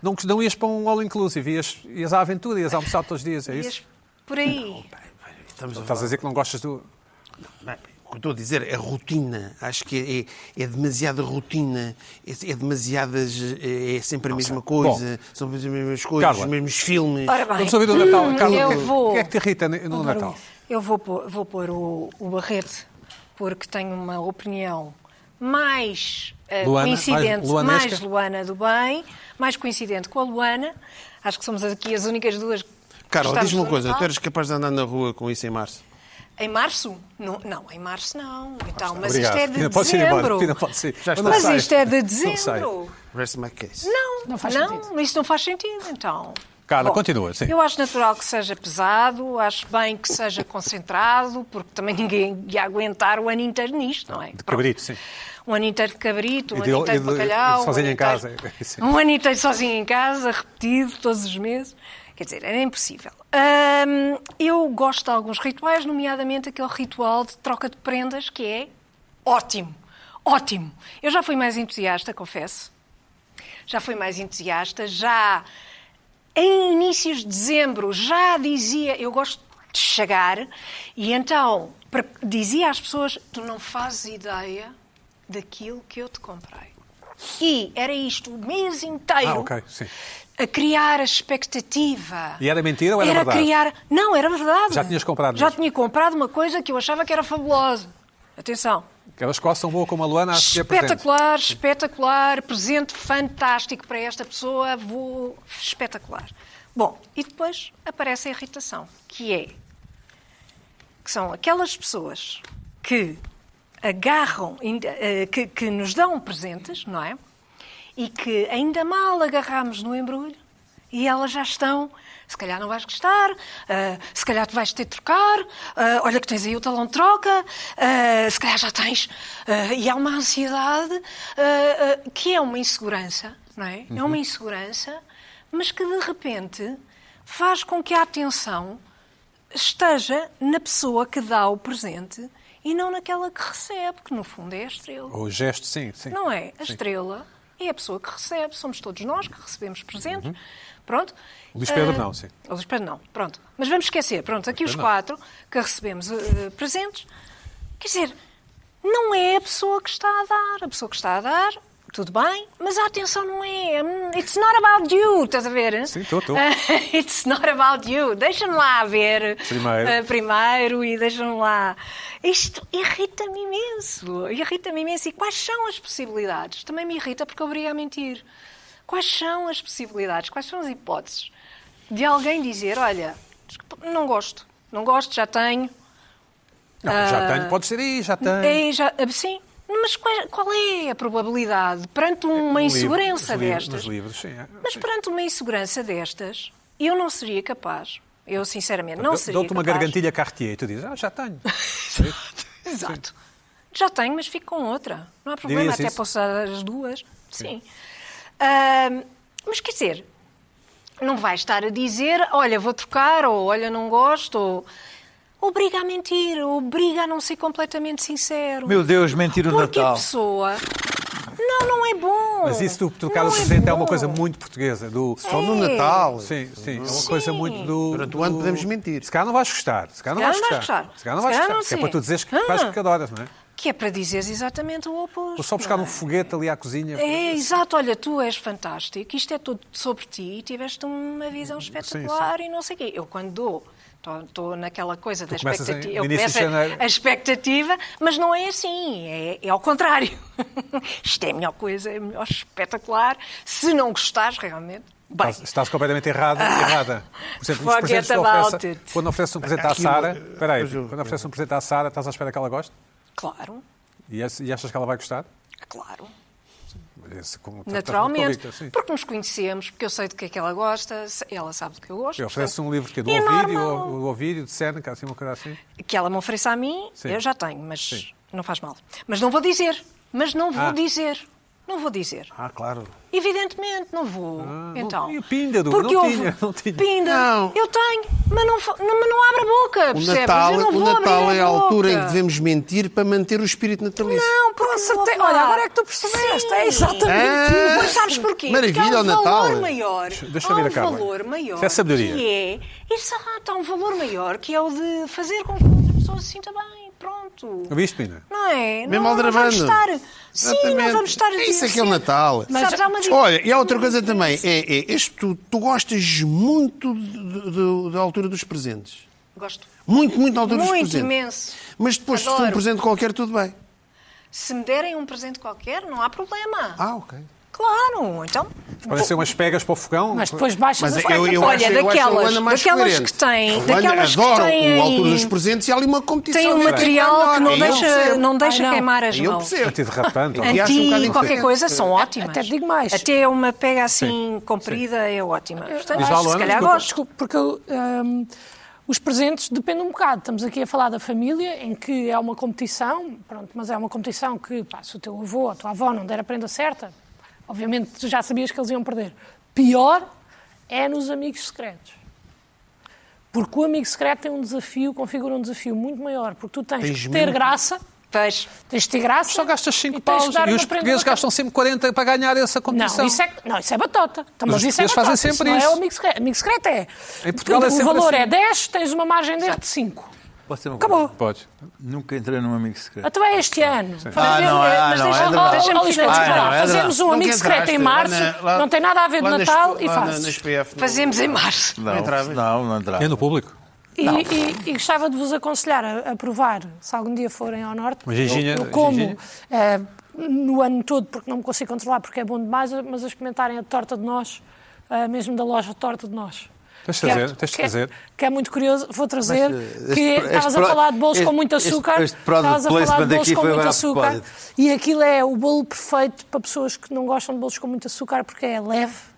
S1: não, não ias para um all-inclusive, ias, ias à aventura, ias almoçar todos os dias, é isso?
S3: Ias Por aí.
S2: Estamos a
S1: Estás a dizer que não gostas do...
S2: Bem, O que eu estou a dizer é rotina. Acho que é, é demasiada rotina. É, é demasiadas. É, é sempre a mesma coisa. São sempre as mesmas coisas,
S1: Carla.
S2: os mesmos filmes.
S3: Ora bem.
S1: Vamos ouvir o Natal.
S3: Hum,
S1: Carla,
S3: eu
S1: o que, é-
S3: vou.
S1: o que é que te irrita no Natal?
S3: Eu vou pôr, vou pôr o, o Barreto, porque tenho uma opinião mais eh,
S1: Luana, mais
S3: coincidente,
S1: luanesca?
S3: mais Luana do bem, mais coincidente com a Luana. Acho que somos aqui as únicas duas
S2: Carol,
S3: Estamos
S2: diz-me uma
S3: no
S2: coisa,
S3: Natal.
S2: tu eras capaz de andar na rua com isso em março?
S3: Em março? Não, não, em março não. Então, mas
S1: Obrigado.
S3: isto é de
S1: Pina, pode ir embora.
S3: dezembro.
S1: Pina, pode ser.
S2: Já está.
S3: Mas
S1: sai.
S3: isto é de
S1: Não sai.
S3: dezembro.
S2: Rest my case.
S3: Não,
S4: Não faz sentido.
S3: isto não faz sentido, então.
S1: Carla, continua, sim.
S3: Eu acho natural que seja pesado, acho bem que seja concentrado, porque também ninguém ia aguentar o ano inteiro nisto, não é?
S1: De cabrito, sim.
S3: Um ano inteiro de cabrito,
S1: E
S3: um
S1: de-
S3: ano inteiro de
S1: e de-
S3: bacalhau. um
S1: sozinho
S3: ano
S1: em casa, é
S3: inteiro-
S1: sim.
S3: Um ano inteiro sozinho em casa, repetido todos os meses. Quer dizer, era impossível. Hum, eu gosto de alguns rituais, nomeadamente aquele ritual de troca de prendas, que é ótimo. Ótimo. Eu já fui mais entusiasta, confesso. Já fui mais entusiasta, já em inícios de dezembro já dizia, eu gosto de chegar, e então pre- dizia às pessoas, tu não fazes ideia daquilo que eu te comprei. E era isto o mês inteiro
S1: Ah, ok, sim.
S3: a criar a expectativa.
S1: E era mentira ou era verdade?
S3: criar... Não, era verdade.
S1: Já tinhas comprado
S3: Já
S1: mesmo?
S3: tinha comprado uma coisa que eu achava que era fabulosa. Atenção.
S1: Aquelas costas são boas como a Luana, acho que é presente.
S3: Espetacular, espetacular, presente fantástico para esta pessoa, vou espetacular. Bom, e depois aparece a irritação, que é que são aquelas pessoas que agarram, ainda, eh, que, que nos dão presentes, não é? E que ainda mal agarramos no embrulho e elas já estão. Se calhar não vais gostar, ah, se calhar tu vais ter de trocar, ah, olha que tens aí o talão de troca, ah, se calhar já tens. ah, e há uma ansiedade ah, ah, que é uma insegurança, não é? É uma insegurança, mas que de repente faz com que a atenção esteja na pessoa que dá o presente e não naquela que recebe, que no fundo é a estrela.
S1: O gesto, sim, sim.
S3: Não é? A estrela é a pessoa que recebe, somos todos nós que recebemos presentes. Pronto.
S1: Uhum. O Luís Pedro
S3: Ah,
S1: não, sim.
S3: O Luís Pedro não, pronto. Mas vamos esquecer, pronto, aqui os quatro que recebemos eh, presentes. Quer dizer, não é a pessoa que está a dar. A pessoa que está a dar, tudo bem, mas a atenção não é. Hum, It's not about you, estás a ver? Ah,
S1: Sim, estou, estou.
S3: It's not about you. Deixa-me lá ver
S1: Primeiro.
S3: eh, primeiro e deixa-me lá. Isto irrita-me imenso. Irrita-me imenso. E quais são as possibilidades? Também me irrita porque eu obriga a mentir. Quais são as possibilidades? Quais são as hipóteses de alguém dizer: Olha, desculpa, não gosto, não gosto, já tenho,
S1: Não, já tenho, pode ser aí, já tenho.
S3: Ah, é, já, sim, mas qual, qual é a probabilidade perante uma
S1: No É Um livro,
S3: insegurança
S1: nos livros- Nos
S3: destas?
S1: livros, sim. é.
S3: Mas perante uma insegurança destas, eu não seria capaz. Eu, sinceramente, não
S1: Dou-
S3: seria
S1: Dou-te uma
S3: capaz.
S1: gargantilha Cartier e tu dizes, ah, já tenho.
S3: Exato. Já tenho, mas fico com outra. Não há problema,
S1: Dirias
S3: até
S1: isso?
S3: posso usar as duas. Sim. Ahm, mas quer dizer, não vai estar a dizer, olha, vou trocar, ou olha, não gosto, ou obriga a mentir, obriga a não ser completamente sincero.
S6: Meu Deus, mentir o
S3: Porque a
S6: Natal.
S3: pessoa. Não, não é bom.
S1: Mas isso do trocar
S3: Não
S1: o presente é uma
S3: bom. É.
S1: coisa muito portuguesa. Do...
S2: Só no Natal.
S1: Sim, sim, é uma coisa muito do.
S2: Durante o ano
S1: do-
S2: podemos mentir.
S1: Se calhar não vais gostar. Se calhar não
S3: Se
S1: vais
S3: calhar não vais
S1: gostar.
S3: gostar.
S1: Se calhar não
S3: Se
S1: vais
S3: calhar
S1: gostar.
S3: não,
S1: porque É
S3: sim.
S1: para tu dizeres que
S3: Ah.
S1: vais porque adoras, não é?
S3: Que é para dizeres exatamente o oposto.
S1: Vou só buscar
S3: não
S1: um
S3: é?
S1: foguete ali à cozinha.
S3: É, exato, olha, tu és fantástico, isto é tudo sobre ti e tiveste uma visão espetacular e não sei o quê. Eu quando dou, estou naquela coisa da
S1: começas em-
S3: expectativa,
S1: no
S3: eu
S1: início de
S3: começo
S1: janeiro.
S3: a, a expectativa, mas não é assim, é, é ao contrário. isto é a melhor coisa, é a melhor espetacular, se não gostares realmente, bem,
S1: Estás, estás completamente errada, errada. Por exemplo, os
S3: forget
S1: presentes que
S3: about
S1: oferece,
S3: it.
S1: quando ofereces um presente à
S2: Aquilo- eh,
S1: Sara, espera aí,
S2: Pois eu-
S1: quando ofereces um presente à Sara, estás à espera que ela goste
S3: claro,
S1: e ach- e achas que ela vai gostar?
S3: claro.
S1: Esse- como- estás muito
S3: Naturalmente,
S1: convicta, sim.
S3: porque nos conhecemos, porque eu sei do que é que ela gosta, se- ela sabe do que eu gosto.
S1: Eu ofereço
S3: portanto,
S1: um livro que é do
S3: é
S1: Ovídio,
S3: normal.
S1: o Ovídio de Seneca, assim, uma coisa assim.
S3: que ela me ofereça a mim,
S1: Sim.
S3: eu já tenho, mas
S1: Sim.
S3: não faz mal. Mas não vou dizer, mas não vou
S1: Ah.
S3: dizer, não vou dizer.
S2: Ah, claro.
S3: Evidentemente não vou. então.
S1: Ah, não- e Píndaro,
S3: porque
S1: não
S3: houve-
S1: tinha, não tinha.
S3: Píndaro,
S2: Não.
S3: eu tenho, mas não, fa- não, mas não abro a boca,
S2: O
S3: percebes?
S2: Natal,
S3: eu não
S2: o
S3: vou
S2: Natal
S3: abrir
S2: é a altura em
S3: boca.
S2: que devemos mentir para manter o espírito natalício.
S3: Não, porque
S4: Com
S3: não vou
S4: certeza.
S3: falar.
S4: Olha, agora é que tu percebeste.
S3: Sim.
S4: É exatamente
S2: Ah.
S4: isso.
S3: Mas sabes porquê?
S2: Maravilha,
S3: Porque há um
S2: ao Natal.
S3: valor maior.
S1: deixa eu
S3: há
S1: ver
S3: um
S1: a Carla.
S3: valor maior.
S1: Isso é sabedoria.
S3: Que é, exato, há um valor maior que é o de fazer com que outra pessoa se sinta bem. Pronto.
S1: Ouviste, Pina?
S3: Não é?
S2: Mesmo
S3: não, não vamos
S2: aldrabando.
S3: estar. Sim, não
S2: Exatamente.
S3: vamos estar
S2: É
S3: a
S2: isso
S3: dizer
S2: é que é o
S3: sim.
S2: Natal.
S3: Mas, Sabes, há uma diferença.
S2: Olha, e há outra coisa também. É, é, este, tu, tu gostas muito de- de- da altura dos presentes.
S3: Gosto
S2: Muito, muito da altura dos
S3: muito
S2: presentes.
S3: imenso.
S2: Mas depois, se for um
S3: Adoro.
S2: presente qualquer, tudo bem.
S3: Se me derem um presente qualquer, não há problema.
S2: Ah, ok.
S3: Claro, então.
S1: Podem ser umas pegas para o fogão.
S4: Mas depois baixas
S2: Mas
S4: as
S2: eu, eu
S3: Olha,
S4: coisas.
S2: acho, eu acho a
S3: daquelas-
S2: Luana mais
S3: daquelas
S2: coerente.
S3: que têm-
S2: A Luana
S3: daquelas que
S2: adora
S3: têm-
S2: o altura dos presentes e há ali uma competição.
S3: Tem um
S2: de
S3: material
S2: quem
S3: que
S2: vai lá.
S3: não
S2: Aí eu
S3: deixa,
S2: percebo.
S3: não deixa
S4: Ai, não.
S3: queimar as
S2: Aí eu
S3: mãos.
S2: percebo.
S1: um
S3: É.
S1: Antiderrapante. ou-
S2: E acho um
S3: Anti
S2: bocado
S3: qualquer
S2: incoerente.
S3: coisa são ótimas.
S4: até digo mais.
S3: Até uma pega assim comprida é ótima. Portanto,
S1: Diz lá,
S3: se
S1: Luana,
S3: calhar
S1: desculpa.
S3: gosto.
S4: Desculpe, porque eu, hum, os presentes dependem um bocado. Estamos aqui a falar da família, em que é uma competição, pronto, mas é uma competição que, pá, se o teu avô ou a tua avó não der a prenda certa, obviamente tu já sabias que eles iam perder. Pior é nos amigos secretos. Porque o amigo secreto tem um desafio, configura um desafio muito maior, porque tu tens,
S2: Tens
S4: que ter
S2: mesmo.
S4: graça,
S3: Pois,
S4: tens de ter graça.
S1: Só gastas 5
S4: e tens de
S1: paus
S4: dar
S1: e
S4: uma
S1: os
S4: prenda
S1: portugueses
S4: bacana.
S1: gastam sempre 40 para ganhar essa competição.
S4: Não, isso é, não, isso é batota. Então,
S1: Mas
S4: mas
S1: os
S4: isso é
S1: portugueses
S4: batota.
S1: um fazem sempre
S4: não
S1: isso.
S4: é o amigo secreto. Amigo secreto é.
S1: Em Portugal
S4: tu-
S1: é
S4: o
S1: sempre
S4: valor
S1: assim.
S4: é 10, tens uma margem deste de 5.
S6: Pode ser uma coisa.
S4: Acabou.
S1: Podes.
S6: Nunca entrei num amigo secreto.
S4: Então é este ano.
S5: Ah, não, é- ah,
S3: mas deixa-
S4: Ó,
S5: não, é
S4: ó,
S5: verdade.
S3: deixa-me
S4: ó, Lisboa,
S3: finalizar.
S4: desculpa lá,
S5: Ah, não, é
S4: Fazemos um
S2: Nunca
S4: amigo secreto
S2: entraste,
S4: em março,
S2: lá na- lá-
S4: não tem nada a ver de
S2: lá nas-
S4: Natal e
S2: lá na- nas
S4: fazes.
S2: PF, no-
S3: fazemos em março.
S5: Não,
S2: entravas?
S5: não, não entrava.
S1: É no público.
S4: E, e- e gostava de vos aconselhar a, a provar, se algum dia forem ao norte,
S1: Uma genginha-
S4: eu, eu como
S1: genginha?
S4: eh, no ano todo, porque não me consigo controlar, porque é bom demais, mas a experimentarem a torta de nós, eh, mesmo da loja Torta de Nós.
S1: Tens de
S4: Que é-
S1: trazer, tens de
S4: que é-
S1: trazer.
S4: Que é muito curioso, vou trazer,
S5: Mas, eh,
S4: que
S5: este-
S4: estavas
S5: este
S4: a
S5: pro-
S4: falar de bolos
S5: este-
S4: com muito
S5: este-
S4: açúcar,
S5: este product
S4: estavas a falar
S5: placement
S4: de bolos
S5: aqui
S4: com
S5: foi
S4: muito
S5: agora a
S4: açúcar,
S5: propósito.
S4: e aquilo é o bolo perfeito para pessoas que não gostam de bolos com muito açúcar, porque é leve,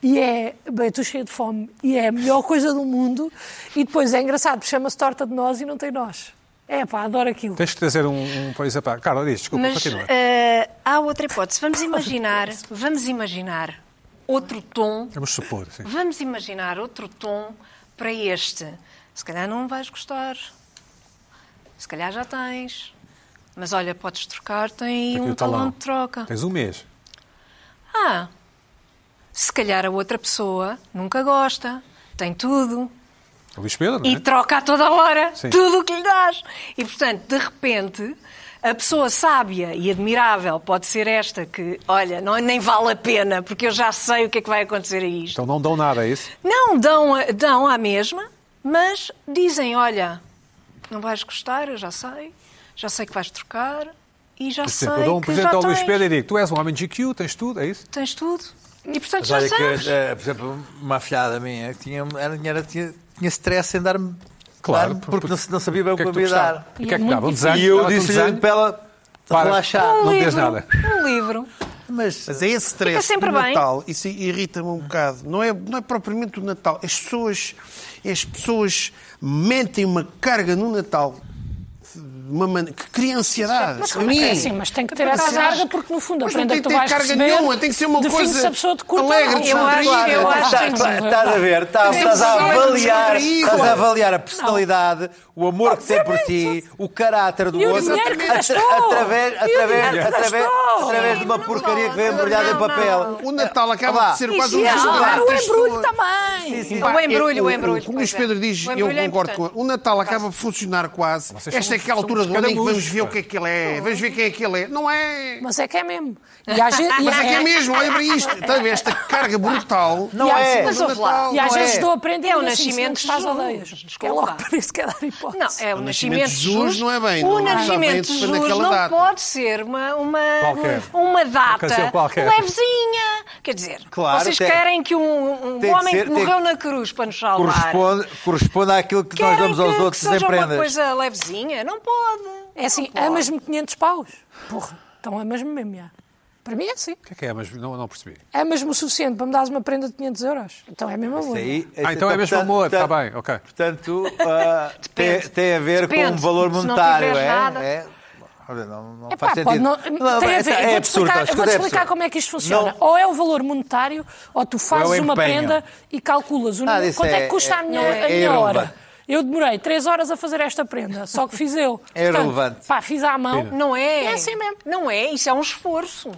S4: e é, bem, estou cheia de fome, e é a melhor coisa do mundo. E depois é engraçado, porque chama-se torta de nós e não tem nós. É pá, adoro aquilo.
S1: Tens de trazer um, um país a pá. Carla, diz, desculpa,
S3: Mas
S1: continua.
S3: eh, há outra hipótese. Vamos imaginar, vamos imaginar outro tom.
S1: Vamos supor, sim.
S3: Vamos imaginar outro tom para este. Se calhar não vais gostar. Se calhar já tens. Mas olha, podes trocar, tem aí
S1: Aqui
S3: um
S1: o
S3: talão de troca.
S1: Tens um mês.
S3: Ah, se calhar a outra pessoa nunca gosta, tem tudo
S1: O Luís Pedro, não
S3: e tá-
S1: é?
S3: troca a toda hora
S1: Sim.
S3: tudo o que lhe dás. E, portanto, de repente, a pessoa sábia e admirável pode ser esta que, olha, não, nem vale a pena, porque eu já sei o que é que vai acontecer a isto.
S1: Então não dão nada, é isso?
S3: Não dão, a- dão à mesma, mas dizem: olha, não vais gostar, eu já sei, já sei que vais trocar e já
S1: Por
S3: sei
S1: exemplo, eu dou um
S3: que já
S1: presente ao Luís
S3: tens,
S1: Pedro e digo: tu és um homem GQ, tens tudo, é isso?
S3: tens tudo. E portanto
S6: Mas
S3: já
S6: olha
S3: sabes.
S1: é,
S6: que, eh, por exemplo, uma afilhada minha que tinha, era, era- tinha, tinha stress em dar-me.
S1: Claro,
S6: dar-me,
S1: porque-
S6: porque não, se- não sabia bem o
S1: que
S6: que,
S1: é que tu
S6: havia de dar.
S1: gostava?
S4: E
S1: O que é
S4: é
S1: que
S4: muito
S1: dava? Um
S4: difícil.
S1: desenho?
S6: E eu
S1: Dava-te um
S6: disse-lhe
S1: desenho?
S6: para ela
S1: Para.
S6: relaxar.
S1: não
S3: um
S1: tens
S3: livro,
S1: nada.
S3: Um livro.
S6: Mas
S2: Mas é esse
S3: Fica
S2: stress
S3: sempre
S2: do
S3: bem.
S2: Natal, isso irrita-me um bocado. Não é, não é propriamente o Natal. As pessoas, as pessoas mentem uma carga no Natal de uma maneira, que cria ansiedade.
S4: Mas
S2: A
S4: como é que é
S2: mim.
S4: assim? Mas tem que ter
S2: Mas
S4: essa
S2: não
S4: carga, porque no fundo a
S2: Mas não
S4: prenda
S2: tem
S4: que tu
S2: que ter
S4: vais
S2: carga
S4: receber
S2: nenhuma, tem que ser uma
S4: define se
S2: coisa
S4: a pessoa te curta
S2: alegre,
S4: ou não.
S2: Eu acho-
S3: eu
S4: Claro,
S3: acho-
S4: tem que ser.
S6: Estás Tá, a ver, estás,
S2: Tem
S6: estás a
S2: que ser
S6: avaliar,
S2: descontraído.
S6: estás a avaliar a personalidade, o amor que tem por ti, o caráter do
S4: E o
S6: outro,
S4: dinheiro que gastou.
S6: através,
S4: E o dinheiro
S6: através,
S4: que
S6: através,
S4: gastou.
S6: através de uma
S3: Não
S6: porcaria que vem
S3: vale,
S6: embrulhada em
S3: não,
S6: papel.
S2: O Natal acaba
S6: Vá.
S2: de ser
S4: E
S2: quase
S4: sim,
S2: um
S3: é,
S4: ah,
S2: chocolate.
S4: o embrulho também.
S3: O embrulho, o
S2: O
S3: embrulho.
S2: que o Luís
S3: pois é.
S2: Pedro diz,
S3: O
S2: eu
S3: embrulho é
S2: concordo com
S3: importante.
S2: ele. O Natal acaba de funcionar quase.
S1: Vocês
S2: Esta é
S1: são-
S2: aquela
S1: são
S2: altura do ano em que vamos
S1: escaramuços,
S2: ver o
S1: pá.
S2: que é que ele é, vamos ver quem é que ele é. Não é.
S4: Mas é que é mesmo. E às vezes,
S2: Mas é que é mesmo, olha para isto. Está a ver esta carga brutal.
S6: Não
S4: E há-
S6: é.
S3: Mas ouve lá.
S4: E às
S6: Não
S4: vezes
S6: é.
S4: estou a aprender
S3: É o
S4: ainda assim, se não
S3: nascimento de
S4: gostas,
S3: Jesus,
S4: odeias.
S3: desculpa.
S4: É logo por isso que é dar hipótese.
S3: Não, é o, nascimento de Jesus.
S2: não é bem,
S3: O
S2: não é bem
S3: nascimento de
S2: defender
S3: Jesus
S2: aquela
S3: não
S2: data.
S3: pode ser uma, uma,
S1: Qualquer.
S3: uma data
S1: Ocasião qualquer.
S3: levezinha. Quer dizer,
S6: Claro,
S3: vocês
S6: tem-
S3: querem que um, um
S6: tem que
S3: homem que,
S6: ser- tem
S3: morreu
S6: que-
S3: na cruz para nos salvar.
S6: Corresponde, corresponde àquilo que
S3: Querem
S6: nós damos aos
S3: que,
S6: outros
S3: que seja
S6: em
S3: uma
S6: prendas.
S3: coisa levezinha? Não pode.
S4: É assim,
S3: Não pode.
S4: amas-me 500 paus. Porra, então amas-me mesmo, já. Para mim é assim.
S1: O que é que é? Mas não, não percebi.
S4: Amas-me o suficiente para me dares uma prenda de 500 euros. Então é mesmo amor.
S6: Aí,
S1: Ah, então é mesmo
S6: portanto,
S1: amor, está
S6: portanto,
S1: bem, ok.
S6: Portanto, ah, tem,
S3: Depende.
S6: tem a ver
S3: Depende.
S6: com um valor
S3: Se não
S6: monetário,
S3: tiveres
S6: é?
S3: nada.
S6: é? Olha, não, não
S4: Epá,
S6: faz
S4: pode
S6: sentido.
S4: não- tem a ver.
S6: é
S4: eu vou-te
S6: absurdo,
S4: explicar,
S6: acho que
S4: eu vou-te
S6: é
S4: explicar
S6: absurdo.
S4: como é que isto funciona.
S6: Não. É
S4: Ou é o valor monetário, ou tu fazes uma
S6: empenho.
S4: prenda e calculas o
S6: Nada,
S4: número-
S6: isso
S4: quanto é,
S6: é-
S4: que custa a
S6: é-
S4: minha,
S6: é
S4: a minha
S6: irrelevante.
S4: hora. Eu demorei 3 horas a fazer esta prenda, só que fiz eu.
S6: É
S4: Portanto,
S6: irrelevante.
S4: Pá, fiz à mão.
S3: Não é?
S4: É assim mesmo.
S3: Não é? Isso é um esforço.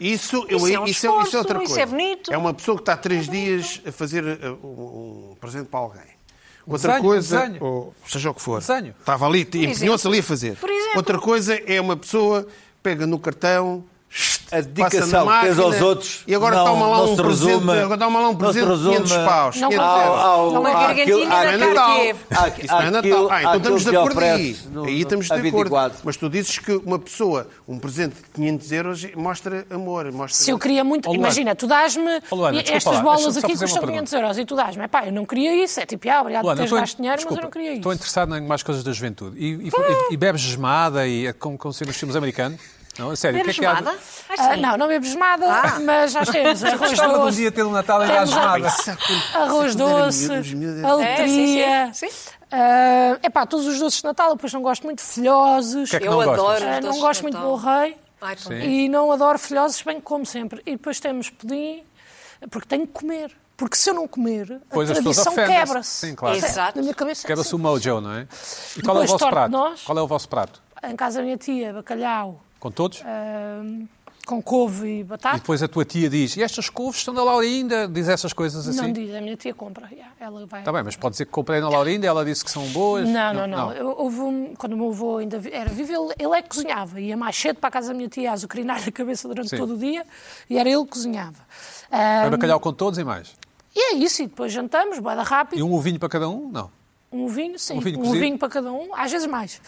S2: Isso,
S3: Isso
S2: eu,
S3: é um
S2: isso, é, isso
S3: esforço,
S2: é outra
S3: isso
S2: coisa.
S3: é bonito.
S2: É uma pessoa que está três dias a fazer uh, um, um presente para alguém. Outra
S1: desenho,
S2: coisa,
S1: um desenho. Um
S2: ou seja o que for,
S1: Desenho.
S2: estava ali, empenhou-se ali a fazer.
S3: Por exemplo.
S2: Outra coisa é uma pessoa pega no cartão,
S6: A
S2: passa na
S6: dedicação que
S2: máquina,
S6: tens aos outros
S2: e agora
S6: não,
S2: toma lá
S6: não
S2: um
S6: se
S2: presente-
S6: resume,
S2: agora toma lá um
S6: não se
S2: presente de
S6: resume
S2: 500 paus,
S4: Não
S2: 500
S4: ao-
S2: euros.
S6: ao-
S3: Não é
S6: àquilo-
S3: gargantilha e
S2: Ah, não é
S3: da
S2: Natal.
S3: Kharkiv.
S6: Ah,
S2: Isso não é Natal. Ah, então estamos de acordo aí. Aí estamos de acordo. Mas tu dizes que uma pessoa, um presente de 500 euros, mostra amor. Mostra...
S4: Se eu queria muito.
S1: Ó, Luana.
S4: imagina, tu dás-me
S1: Ó, Luana, desculpa
S4: estas
S1: lá,
S4: bolas
S1: deixa-me só
S4: aqui
S1: fazer uma
S4: custam
S1: pergunta.
S4: 500 euros e tu dás-me. É pá, eu não queria isso. É tipo, ah, obrigado por
S1: Luana,
S4: teres
S1: eu tô-
S4: gasto dinheiro, mas eu não
S1: desculpa,
S4: queria
S1: Estou
S4: isso.
S1: interessado em mais coisas da juventude. E, e, e, e bebes gemada, e, eh, como, como se nos filmes americanos? Não, a sério, o que é
S3: Bebes
S1: que há? de-
S3: nada?
S4: Ah, não, não bebes nada,
S3: Ah.
S4: mas nós temos arroz
S1: Gostava de um
S4: doce,
S1: dia ter um Natal em dar
S4: Temos a-
S1: gemada.
S2: Isso é quando-
S4: arroz
S2: isso é quando era
S4: doce,
S2: miúdo, os miúdos eram-
S4: aletria.
S3: É, sim, sim, sim.
S4: Ah, epá, todos os doces de Natal, eu depois não gosto muito de filhoses.
S1: Que é que
S3: Eu
S1: não
S3: adoro.
S1: gostas?
S3: os
S4: Ah,
S3: doces
S4: não
S3: de
S4: gosto muito do
S3: Natal.
S4: bolo rei
S3: Ai, tão bom.
S4: e não adoro filhoses, bem que como sempre. E depois temos pudim, porque tenho que comer. Porque se eu não comer,
S1: Pois
S4: a
S1: as pessoas
S4: tradição
S1: ofendem-se.
S4: quebra-se.
S1: Sim, claro.
S4: Na minha cabeça é
S1: Quebra-se o
S4: assim.
S1: mojo, não é? E qual é o
S4: Depois
S1: vosso
S4: torto
S1: prato?
S4: nós.
S1: Qual é o vosso prato?
S4: Em casa da minha tia, bacalhau,
S1: Com todos?
S4: Ah. ahm, com couve e
S1: E
S4: batata.
S1: depois a tua tia diz, e estas couves estão na Laurinda? Diz essas coisas assim?
S4: Não diz, a minha tia compra. já, Ela vai.
S1: Está bem, mas pode dizer que comprei na Laurinda, ela disse que são boas.
S4: Não, não, não. Eu- Houve um- quando o meu avô ainda vi- era vivo, ele, ele é que cozinhava. Ia mais cedo para a casa da minha tia, a azucrinar a cabeça durante
S1: Sim.
S4: todo o dia, e era ele que cozinhava.
S1: Vai
S4: Ahm,
S1: É bacalhau com todos e mais.
S4: e é isso, e depois jantamos, boeda rápido.
S1: E um ovinho para cada um? Não.
S4: Um vinho, sim.
S1: Um
S4: Um
S1: vinho
S4: vinho,
S1: cozido.
S4: para cada um, às vezes mais.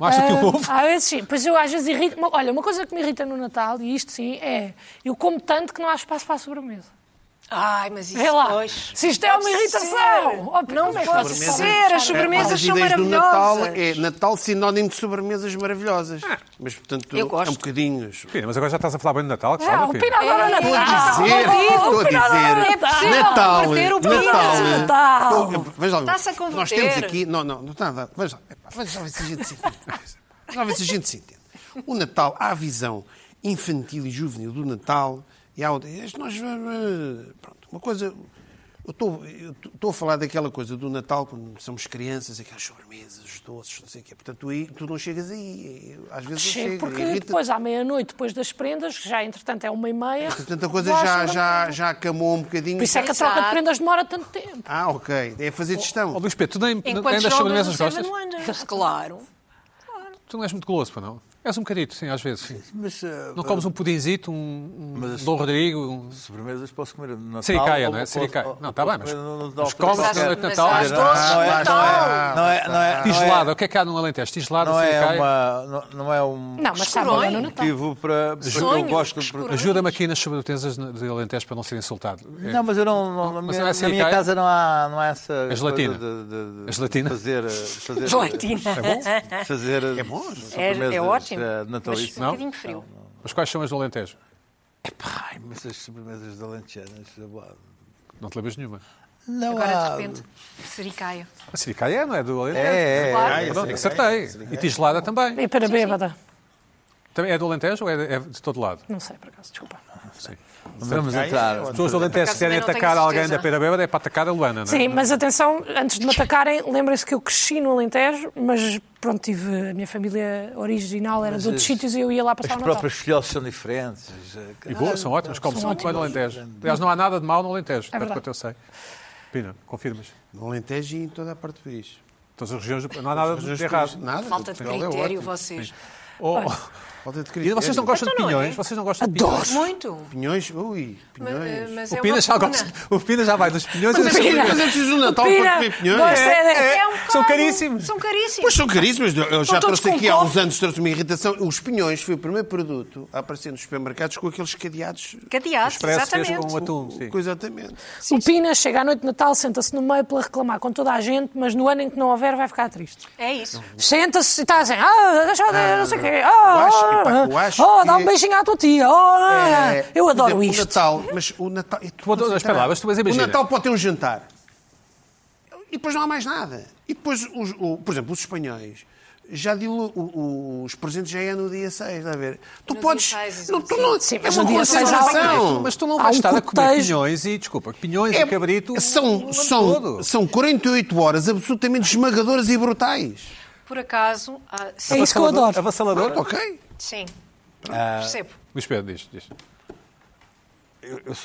S1: Mais do que o
S4: Ah,
S1: ovo?
S4: Às vezes sim. Pois eu às vezes irrito. uma- Olha, uma coisa que me irrita no Natal, e isto sim, é eu como tanto que não há espaço para a sobremesa.
S3: Ai, mas isso
S4: Vê lá.
S3: pois.
S4: Se isto é uma
S3: Pode
S4: irritação!
S3: ser.
S4: Oh, pá,
S3: Não
S4: como é que
S3: pode
S2: sobremesas-
S4: vocês
S3: ser,
S4: podem
S3: as
S4: deixar-
S3: sobremesas
S2: As
S3: são
S2: ideias do Natal
S3: maravilhosas.
S2: é
S3: Ah,
S2: Natal sinónimo de sobremesas maravilhosas. Mas, portanto,
S3: Eu gosto.
S2: é um bocadinho. os-
S1: Pina, mas agora já estás a falar bem do Natal, que
S4: Não,
S1: sabe,
S4: o
S1: Pina?
S4: Pinal não é
S2: Estou a
S4: Natal.
S2: dizer, estou a
S3: é
S2: dizer,
S3: possível
S2: Natal,
S3: converter o país.
S2: Natal.
S4: Natal.
S2: Pô, Veja lá,
S3: Está-se a
S2: nós
S3: converter.
S2: temos aqui, não, não, não está nada. Veja, epá, veja lá ver se a gente se entende. Veja lá ver se a gente se entende. O Natal, há a visão infantil e juvenil do Natal e há outra. este Nós, eh, pronto, uma coisa. Eu estou, eu estou a falar daquela coisa do Natal, quando somos crianças, aquelas sobremesas, os doces, não sei o quê. Portanto, tu, aí- tu não chegas aí. Às vezes não
S4: Chego,
S2: chega.
S4: porque
S2: irrita-te.
S4: depois à meia-noite, depois das prendas, que já entretanto é uma e meia.
S2: Portanto, a coisa
S4: vou à
S2: já,
S4: sobremesa.
S2: já, já camou um bocadinho.
S4: Por isso é que a troca de
S3: Exato.
S4: prendas demora tanto tempo.
S2: Ah, ok. É fazer
S1: Ó
S2: gestão.
S1: Luís Pedro, tu nem, nem
S3: Enquanto
S1: das
S3: jogas
S1: sobremesas
S3: o Seven
S1: gostas?
S3: Wonders. Claro.
S1: Tu não és muito goloso, pá, não? És um bocadito, sim, às vezes. sim.
S6: Mas eh,
S1: Não comes um pudinzito, um, um
S6: as-
S1: Dom Rodrigo, um...
S6: sobremesas posso comer no Natal.
S1: Siricaia,
S6: ou-
S1: não é?
S6: ou-
S1: Siricaia.
S6: ou-
S1: Não, está bem, mas-
S6: ou- no- no-
S1: mas comes
S3: Mas
S1: na
S3: há-
S1: noite de
S3: mas
S1: Natal.
S3: há as doces de
S6: Não é, não
S3: Natal.
S6: é, não é, não é, não é,
S1: Tigelada, o que é que há no Alentejo? Tigelada,
S6: não é
S1: siricaia?
S6: uma, não, não é um
S4: Não, tá. mas está
S3: Escorões.
S4: bom, no Natal.
S6: motivo para, para eu
S3: Sonhos,
S6: gosto de-
S3: escuro-
S1: Ajuda-me aqui nas sobremesas de Alentejo para não ser insultado. É,
S6: Não, mas eu não, não- na,
S1: Mas
S6: minha,
S1: não é
S6: na
S1: siricaia?
S6: minha casa não há, não há essa
S1: É gelatina.
S6: coisa de, de- de
S1: É gelatina?
S6: fazer, eh, fazer
S3: Gelatina.
S1: É
S6: fazer é
S2: bom?
S3: É, é ótimo. Mas
S6: natalícias.
S3: um bocadinho frio.
S1: Mas quais são as do Alentejo?
S6: Ai, mas as sobremesas de alentejanas. é
S1: Não te lembras nenhuma.
S6: Não
S3: Agora, de
S6: há-
S3: repente, sericaia.
S1: A siricaia é, não é? Do Alentejo.
S6: É, é,
S3: Claro.
S6: é,
S1: Pronto, acertei. E tigelada também.
S4: E para bêbada.
S1: Também é do Alentejo ou é é de todo lado?
S4: Não sei, por acaso, desculpa.
S6: Vamos entrar.
S1: Se pessoas do Alentejo
S3: acaso
S1: quiserem
S3: também não tenho
S1: atacar alguém da
S3: certeza.
S1: Pera Bêbada, é para atacar a Luana, não é?
S4: Sim, mas atenção, antes de me atacarem, lembrem-se que eu cresci no Alentejo, mas pronto, tive, a minha família original era de outros
S6: as-
S4: sítios e eu ia lá passar
S6: As
S4: o Natal.
S6: próprias filhoses são diferentes. eh,
S1: E boas, são ótimas, come-se muito bem no Alentejo. Aliás, não há nada de mal no
S3: É
S1: Alentejo, tanto
S4: verdade.
S1: quanto eu sei. Pina, confirmas.
S2: No Alentejo e em toda a parte do país.
S1: Todas as regiões, do- não há nada de
S2: Mas
S1: errado.
S2: Nada.
S3: Falta de
S2: Portugal é
S3: critério,
S2: ótimo.
S3: vocês.
S1: Oh, oh.
S2: Falta de
S1: E
S2: critério.
S1: vocês não gostam de
S3: Então não é.
S1: pinhões? Vocês não gostam de pinhões?
S3: Muito.
S2: Pinhões? Ui,
S3: Mas,
S2: pinhões.
S3: mas é
S1: O
S3: uma
S1: Pina, já
S3: pena.
S1: gosta, o Pina já vai dos pinhões
S2: Mas,
S1: aos
S2: é,
S1: pinhões.
S2: mas é preciso um Natal
S4: Pina,
S2: para comer pinhões.
S4: gosta é de-
S3: É um
S1: São
S3: bocado-
S1: caríssimos.
S3: São
S2: Pois
S3: caríssimos.
S2: são caríssimos. Eu já
S3: Estão todos
S2: trouxe aqui
S3: com
S2: há
S3: fome.
S2: uns anos, trouxe uma irritação. Os pinhões foi o primeiro produto a aparecer nos supermercados com aqueles cadeados.
S3: Cadeados,
S1: Expresso fez
S3: exatamente.
S1: com atum, sim.
S2: Com- Exatamente.
S4: o Pina chega à noite de Natal, senta-se no meio para reclamar com toda a gente, mas no ano em que não houver vai ficar triste.
S1: um-
S3: É isso.
S4: Senta-se e está assim, ah, deixa eu ver, não sei o quê, ah,
S2: acho que,
S4: ah,
S2: pá, eu acho
S4: ah,
S2: que-
S4: dá um beijinho à tua tia, ah,
S2: É,
S4: eu
S2: por
S4: adoro
S2: exemplo, O
S4: isto.
S2: Natal, mas o Natal. é tudo
S1: Vou- espera
S2: concentrado.
S1: lá, mas tu- mas imagina.
S2: O Natal pode ter um jantar. E depois não há mais nada. E depois, os- o- por exemplo, os espanhóis. Já dilu, o- o- os presentes já é no dia 6, está a ver? Tu
S3: No
S2: podes.
S3: dia seis,
S2: não, tu não,
S4: Sim,
S2: é
S4: mas
S2: uma
S4: no dia seis há
S2: concentração.
S1: Mas tu não
S4: Há
S1: vais
S4: um
S1: estar a comer
S4: cortejo.
S1: pinhões e, desculpa, pinhões
S2: É-
S1: e cabrito o
S2: são,
S1: ano
S2: são,
S1: todo.
S2: são 48 horas absolutamente esmagadoras e brutais.
S3: Por acaso, ah,
S4: É
S3: sim.
S4: isso que eu adoro.
S1: Avassalador?
S2: Pronto, ok.
S3: Sim.
S1: Ah.
S3: Percebo.
S1: Luís Pedro, diz, diz.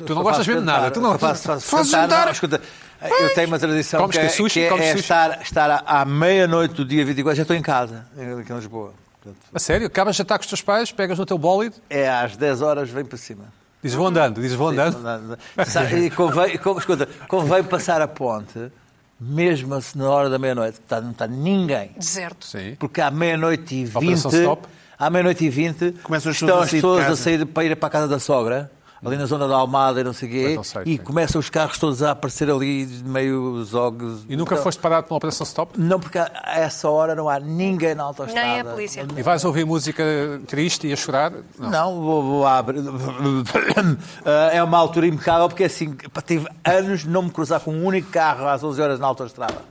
S6: Tu
S1: não gostas mesmo de nada, tu não-
S6: fazes jantar.
S2: Fazes jantar.
S6: não, escuta, eu tenho uma tradição
S1: Comes
S6: que é,
S1: que sushi,
S6: que é
S1: comes sushi.
S6: estar, estar à, à meia-noite do dia 24, já estou em casa, aqui em Lisboa.
S5: Portanto,
S1: A sério? Acabas de jantar com os teus pais, pegas no teu bólido,
S5: é às 10 horas, vem para cima.
S1: dizes vou andando, dizes vou andando.
S5: Sabe, e convém, con- escuta, convém passar a ponte, mesmo se na hora da meia-noite, que está- não está ninguém.
S3: Deserto.
S1: Sim.
S5: Porque à meia-noite e
S1: Operação
S5: 20,
S1: Stop.
S5: à meia-noite e 20,
S2: Começam as pessoas
S5: estão
S2: a sair
S5: as
S2: de
S5: pessoas a
S2: casa.
S5: sair para ir para a casa da sogra, ali na zona da Almada e não sei o
S1: Mas
S5: quê,
S1: não sei, sim.
S5: e começam os carros todos a aparecer ali, meio zogos.
S1: E nunca
S5: Então,
S1: foste parado por uma operação stop?
S5: Não, porque a a essa hora não há ninguém na autoestrada.
S3: Nem a polícia.
S1: E vais ouvir música triste e a chorar? Não.
S5: Não, vou, vou abrir. Ah, É uma altura impecável porque assim, pá, tive anos de não me cruzar com um único carro às 11 horas na autoestrada.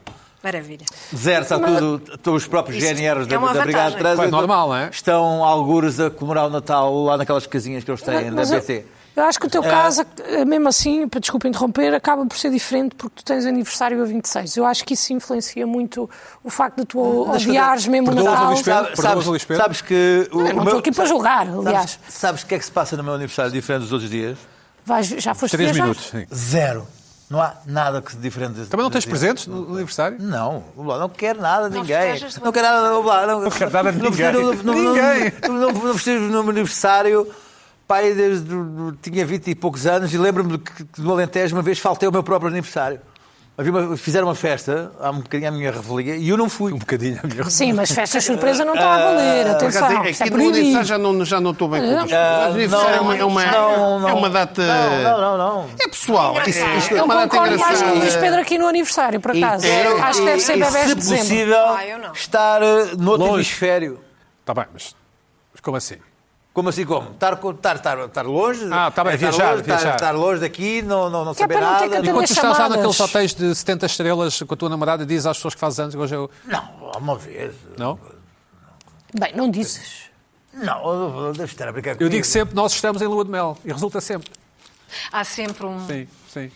S3: Maravilha.
S5: Zero, está tudo. estão Os próprios
S3: Isso
S5: GNRs da,
S3: é uma
S5: da Brigada de
S3: vantagem.
S5: Trânsito
S1: Pá, é normal, não é?
S5: estão algures a comemorar o Natal lá naquelas casinhas que eles têm
S4: Mas
S5: da
S4: eu-
S5: BT.
S4: Eu acho que o teu caso, eh, mesmo assim, pá, desculpa interromper, acaba por ser diferente porque tu tens aniversário a 26. Eu acho que isso influencia muito o facto de tu odiares mesmo o
S1: Perdoas o
S4: Natal.
S1: Luís Pedro? Perdoas
S5: sabes,
S1: o Luís Pedro?
S5: sabes que. O,
S4: Não, eu não
S5: o
S4: estou aqui para julgar, aliás.
S5: sabes, sabes o que é que se passa no meu aniversário diferente dos outros dias?
S4: Vais- já foste
S1: Três
S4: viajar?
S1: minutos. Sim.
S5: Zero. Não há nada que se diferente. dos-
S1: Também não tens
S5: dos dias.
S1: presentes no no aniversário?
S5: Não, Blá, não quero nada de
S3: Não
S5: ninguém.
S3: festejas de
S5: Não quero nada de Blá, Não, não
S1: quero nada de ninguém.
S5: Não, não, não,
S1: Ninguém.
S5: não, não, não festejo no meu aniversário. Pai, desde tinha 20 e poucos anos e lembro-me que, que no Alentejo uma vez faltei ao meu próprio aniversário. Havia uma- fizeram uma festa, há um bocadinho à minha revelia, e eu não fui.
S1: Um bocadinho a melhor.
S4: Sim, mas festas surpresa não está a valer,
S2: Por acaso,
S4: atenção. Isto é
S2: aqui no aniversário
S4: proibido.
S2: já não, já não estou bem com isto.
S5: Ah,
S2: O aniversário é, uma, é, uma,
S5: não, não.
S2: é uma data.
S5: Não, não, não.
S2: É pessoal. Isso, isto é
S4: Eu
S2: uma data
S4: concordo mais com o Luís
S2: engraçada.
S4: Pedro aqui no aniversário, por acaso.
S2: Inteiro.
S4: Acho que deve ser
S5: E- e
S4: bebés de
S5: se
S4: dezembro.
S5: possível,
S3: Ah, eu não.
S5: estar eh, no outro
S1: Longe.
S5: hemisfério.
S1: Está Tá bem, mas mas como assim?
S5: Como assim como? Estar, com- estar, estar, estar longe?
S1: Ah, tá bem,
S5: estar
S1: viajar,
S5: longe, estar-
S1: viajar.
S5: Estar longe daqui, não, não, não
S4: Que é
S5: saber
S4: para não ter
S5: nada.
S4: que atender
S1: Quando tu estás lá
S4: chamadas.
S1: naqueles hotéis de 70 estrelas com a tua namorada, dizes às pessoas que fazes anos, hoje eu.
S5: Não, há uma vez.
S1: Não?
S4: Bem, não dizes.
S5: Não, deve estar a brincar comigo.
S1: Eu digo sempre, nós estamos em lua de mel. E resulta sempre.
S3: Há sempre um,
S1: Sim, sim.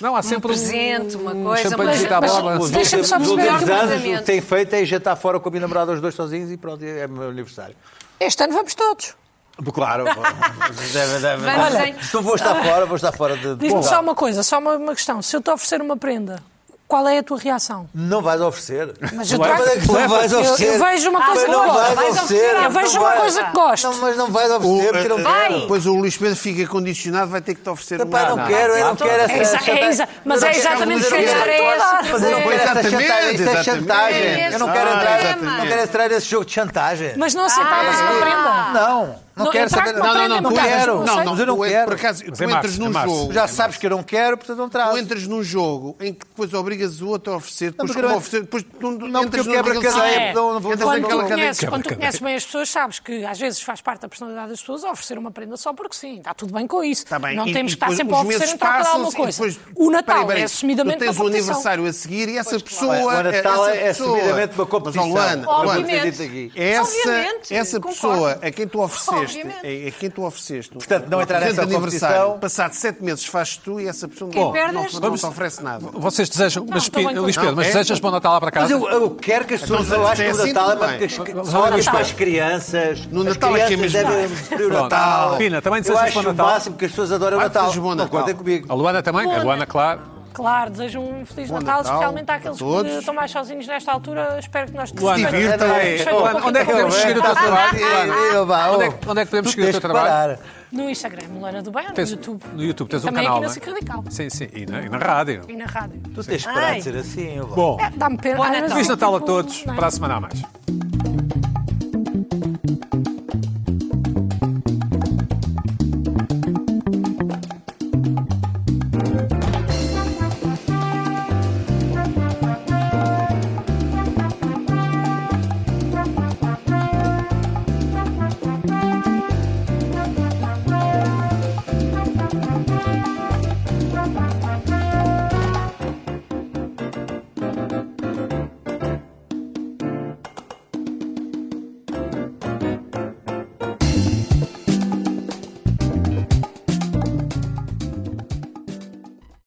S1: Não, há sempre um.
S3: presente, uma
S1: um
S3: coisa,
S1: champanhe
S3: mas-
S1: de
S4: mas-
S1: bola.
S5: Os
S4: Deixa-me
S5: últimos-
S4: só
S5: os
S4: perceber
S5: últimos
S4: um
S5: anos,
S3: casamento.
S5: o que tem feito é já estar fora com a minha namorada os dois sozinhos e pronto, é o meu aniversário.
S4: Este ano vamos todos.
S5: Claro. deve, deve.
S3: Vamos,
S5: Olha,
S3: hein?
S5: se não vou estar fora, vou estar fora de... de
S4: Diz-me
S5: Portugal.
S4: só uma coisa, só uma, uma questão. Se eu te oferecer uma prenda, qual é a tua reação?
S5: Não vais oferecer.
S4: Mas eu
S5: Não
S4: trago-
S5: vais- Não vais
S4: Eu- eu
S5: oferecer.
S4: vejo uma
S5: Mas
S4: coisa que
S5: não
S4: gosto.
S5: vais
S3: Vais
S5: oferecer.
S3: oferecer.
S4: Eu vejo uma
S5: Não
S4: coisa
S5: vais-
S4: que gosto.
S5: Não, mas não vais oferecer porque não
S3: Vai.
S5: quero.
S2: Depois o Luís Pedro fica condicionado, vai ter que te oferecer um
S5: Epá, não,
S2: dado.
S5: quero, eu não
S3: Então,
S5: quero
S3: é
S5: essa
S4: exa-
S5: essa
S4: é
S5: chantagem.
S4: exa- mas
S5: Eu não
S4: é
S5: quero
S4: exatamente se
S5: fazer
S4: calhar
S5: isso.
S4: é essa.
S5: Mas eu não quero essa
S2: Exatamente,
S5: chantagem, isso é
S2: exatamente.
S5: chantagem. Eu não quero
S3: Ah,
S5: entrar,
S3: exatamente.
S5: não quero entrar nesse jogo de chantagem.
S4: Mas não
S2: Ah,
S4: aceitavas
S2: é.
S4: uma
S1: Ah.
S4: prenda.
S5: Não, não
S4: Não,
S5: quero
S4: eu trago
S5: saber.
S4: uma
S2: Não, não, não,
S4: Não
S2: tu
S4: quero,
S2: entras-
S4: não
S2: não, não,
S4: sei.
S5: Mas eu não
S2: tu en-
S5: quero.
S2: Por acaso,
S1: Mas
S2: tu
S1: é
S2: entras
S1: março, é
S2: num
S1: março.
S2: jogo.
S5: Já sabes que eu não quero, portanto não
S2: Tu
S5: trago.
S2: entras num jogo em que depois obrigas o outro a oferecer, depois
S5: porque
S2: como
S5: não-
S2: oferecer, depois tu
S5: Não, porque eu
S2: entras numa
S5: quebro a
S2: relação-
S5: cadeia,
S4: É.
S5: não não vou
S2: Entras
S5: não
S4: Quando
S5: vou-
S2: naquela
S4: tu,
S2: cadeia.
S4: conheces, quando tu
S1: Cadeia.
S4: conheces bem as pessoas, sabes que às vezes faz parte da personalidade das pessoas oferecer uma prenda só porque sim. Está tudo bem com isso.
S2: Tá bem,
S4: Não
S2: e-
S4: temos
S2: e
S4: que estar
S2: depois
S4: sempre a
S2: os
S4: oferecer
S2: meses
S4: em troca de alguma
S2: passam-se e
S4: coisa.
S2: depois-
S4: o Natal
S2: Peraí, peraí,
S4: é assumidamente
S2: Tu
S4: uma
S2: tens o
S4: competição.
S2: aniversário a seguir e essa pessoa.
S5: Olha, O Natal
S2: essa
S5: é
S2: pessoa-
S5: assumidamente uma competição.
S2: Mas, ó, Luana,
S5: Não
S2: Luana,
S5: vou ter
S3: Obviamente.
S5: dito aqui.
S2: essa,
S3: Obviamente,
S2: essa
S3: concordo.
S2: pessoa a quem tu ofereceste,
S3: Obviamente.
S2: a, a quem tu ofereceste,
S5: Portanto, não
S2: um
S5: entrar nessa
S2: presente de aniversário,
S5: competição.
S2: passado sete meses fazes tu e essa pessoa
S3: Quem
S2: não,
S3: perde
S2: não,
S3: és tu.
S2: não te oferece nada.
S1: Vocês desejam. Mas,
S4: estou bem com
S1: Luís
S4: isso.
S1: Pedro, mas
S2: Não, é-
S1: desejas para o Natal lá para casa?
S5: Mas eu, eu quero que as pessoas
S2: Então,
S5: relaxem
S2: é
S5: com o
S2: assim,
S5: Natal, é
S2: tudo
S5: porque as,
S1: bem.
S5: as olhas para as crianças.
S2: No
S5: as
S2: Natal é que é
S5: crianças
S2: mesmo.
S5: devem preferir o
S1: Pronto.
S5: Natal.
S1: Pina, também
S5: Eu
S1: desejas
S5: acho
S1: bom
S5: o
S1: Natal?
S5: máximo que as pessoas adoram o
S2: Vai,
S5: Natal.
S2: desejas bom
S5: Não
S2: Natal.
S5: contem comigo.
S1: A Luana também? A Luana, claro.
S4: Claro, desejo um Feliz
S2: Bom
S4: Natal,
S2: Natal
S4: especialmente
S2: a
S4: àqueles que
S2: todos.
S4: estão mais sozinhos nesta altura. Espero que nós te
S1: Luana,
S2: divirtam.
S1: Luana, onde é que podemos seguir o
S5: Tá
S1: teu trabalho? Luana?
S5: oh.
S1: Onde é que- onde é que podemos seguir o teu trabalho?
S4: No Instagram, Luana do Bem, ou no
S1: Tens-
S4: YouTube.
S1: No YouTube tens um
S4: Também
S1: canal,
S4: aqui
S1: não
S4: na
S1: é?
S4: SIC Radical
S1: Sim, sim. E na, e na rádio.
S4: e na rádio. É,
S5: Tu tens de parar
S3: Ai.
S5: de ser assim, eu vou.
S1: Bom,
S4: Dá-me pena.
S3: Bom
S4: Ai, mas
S3: Natal.
S4: um eu
S1: Feliz Natal a
S4: fico-
S1: todos.
S4: Não é?
S1: Para a semana a mais.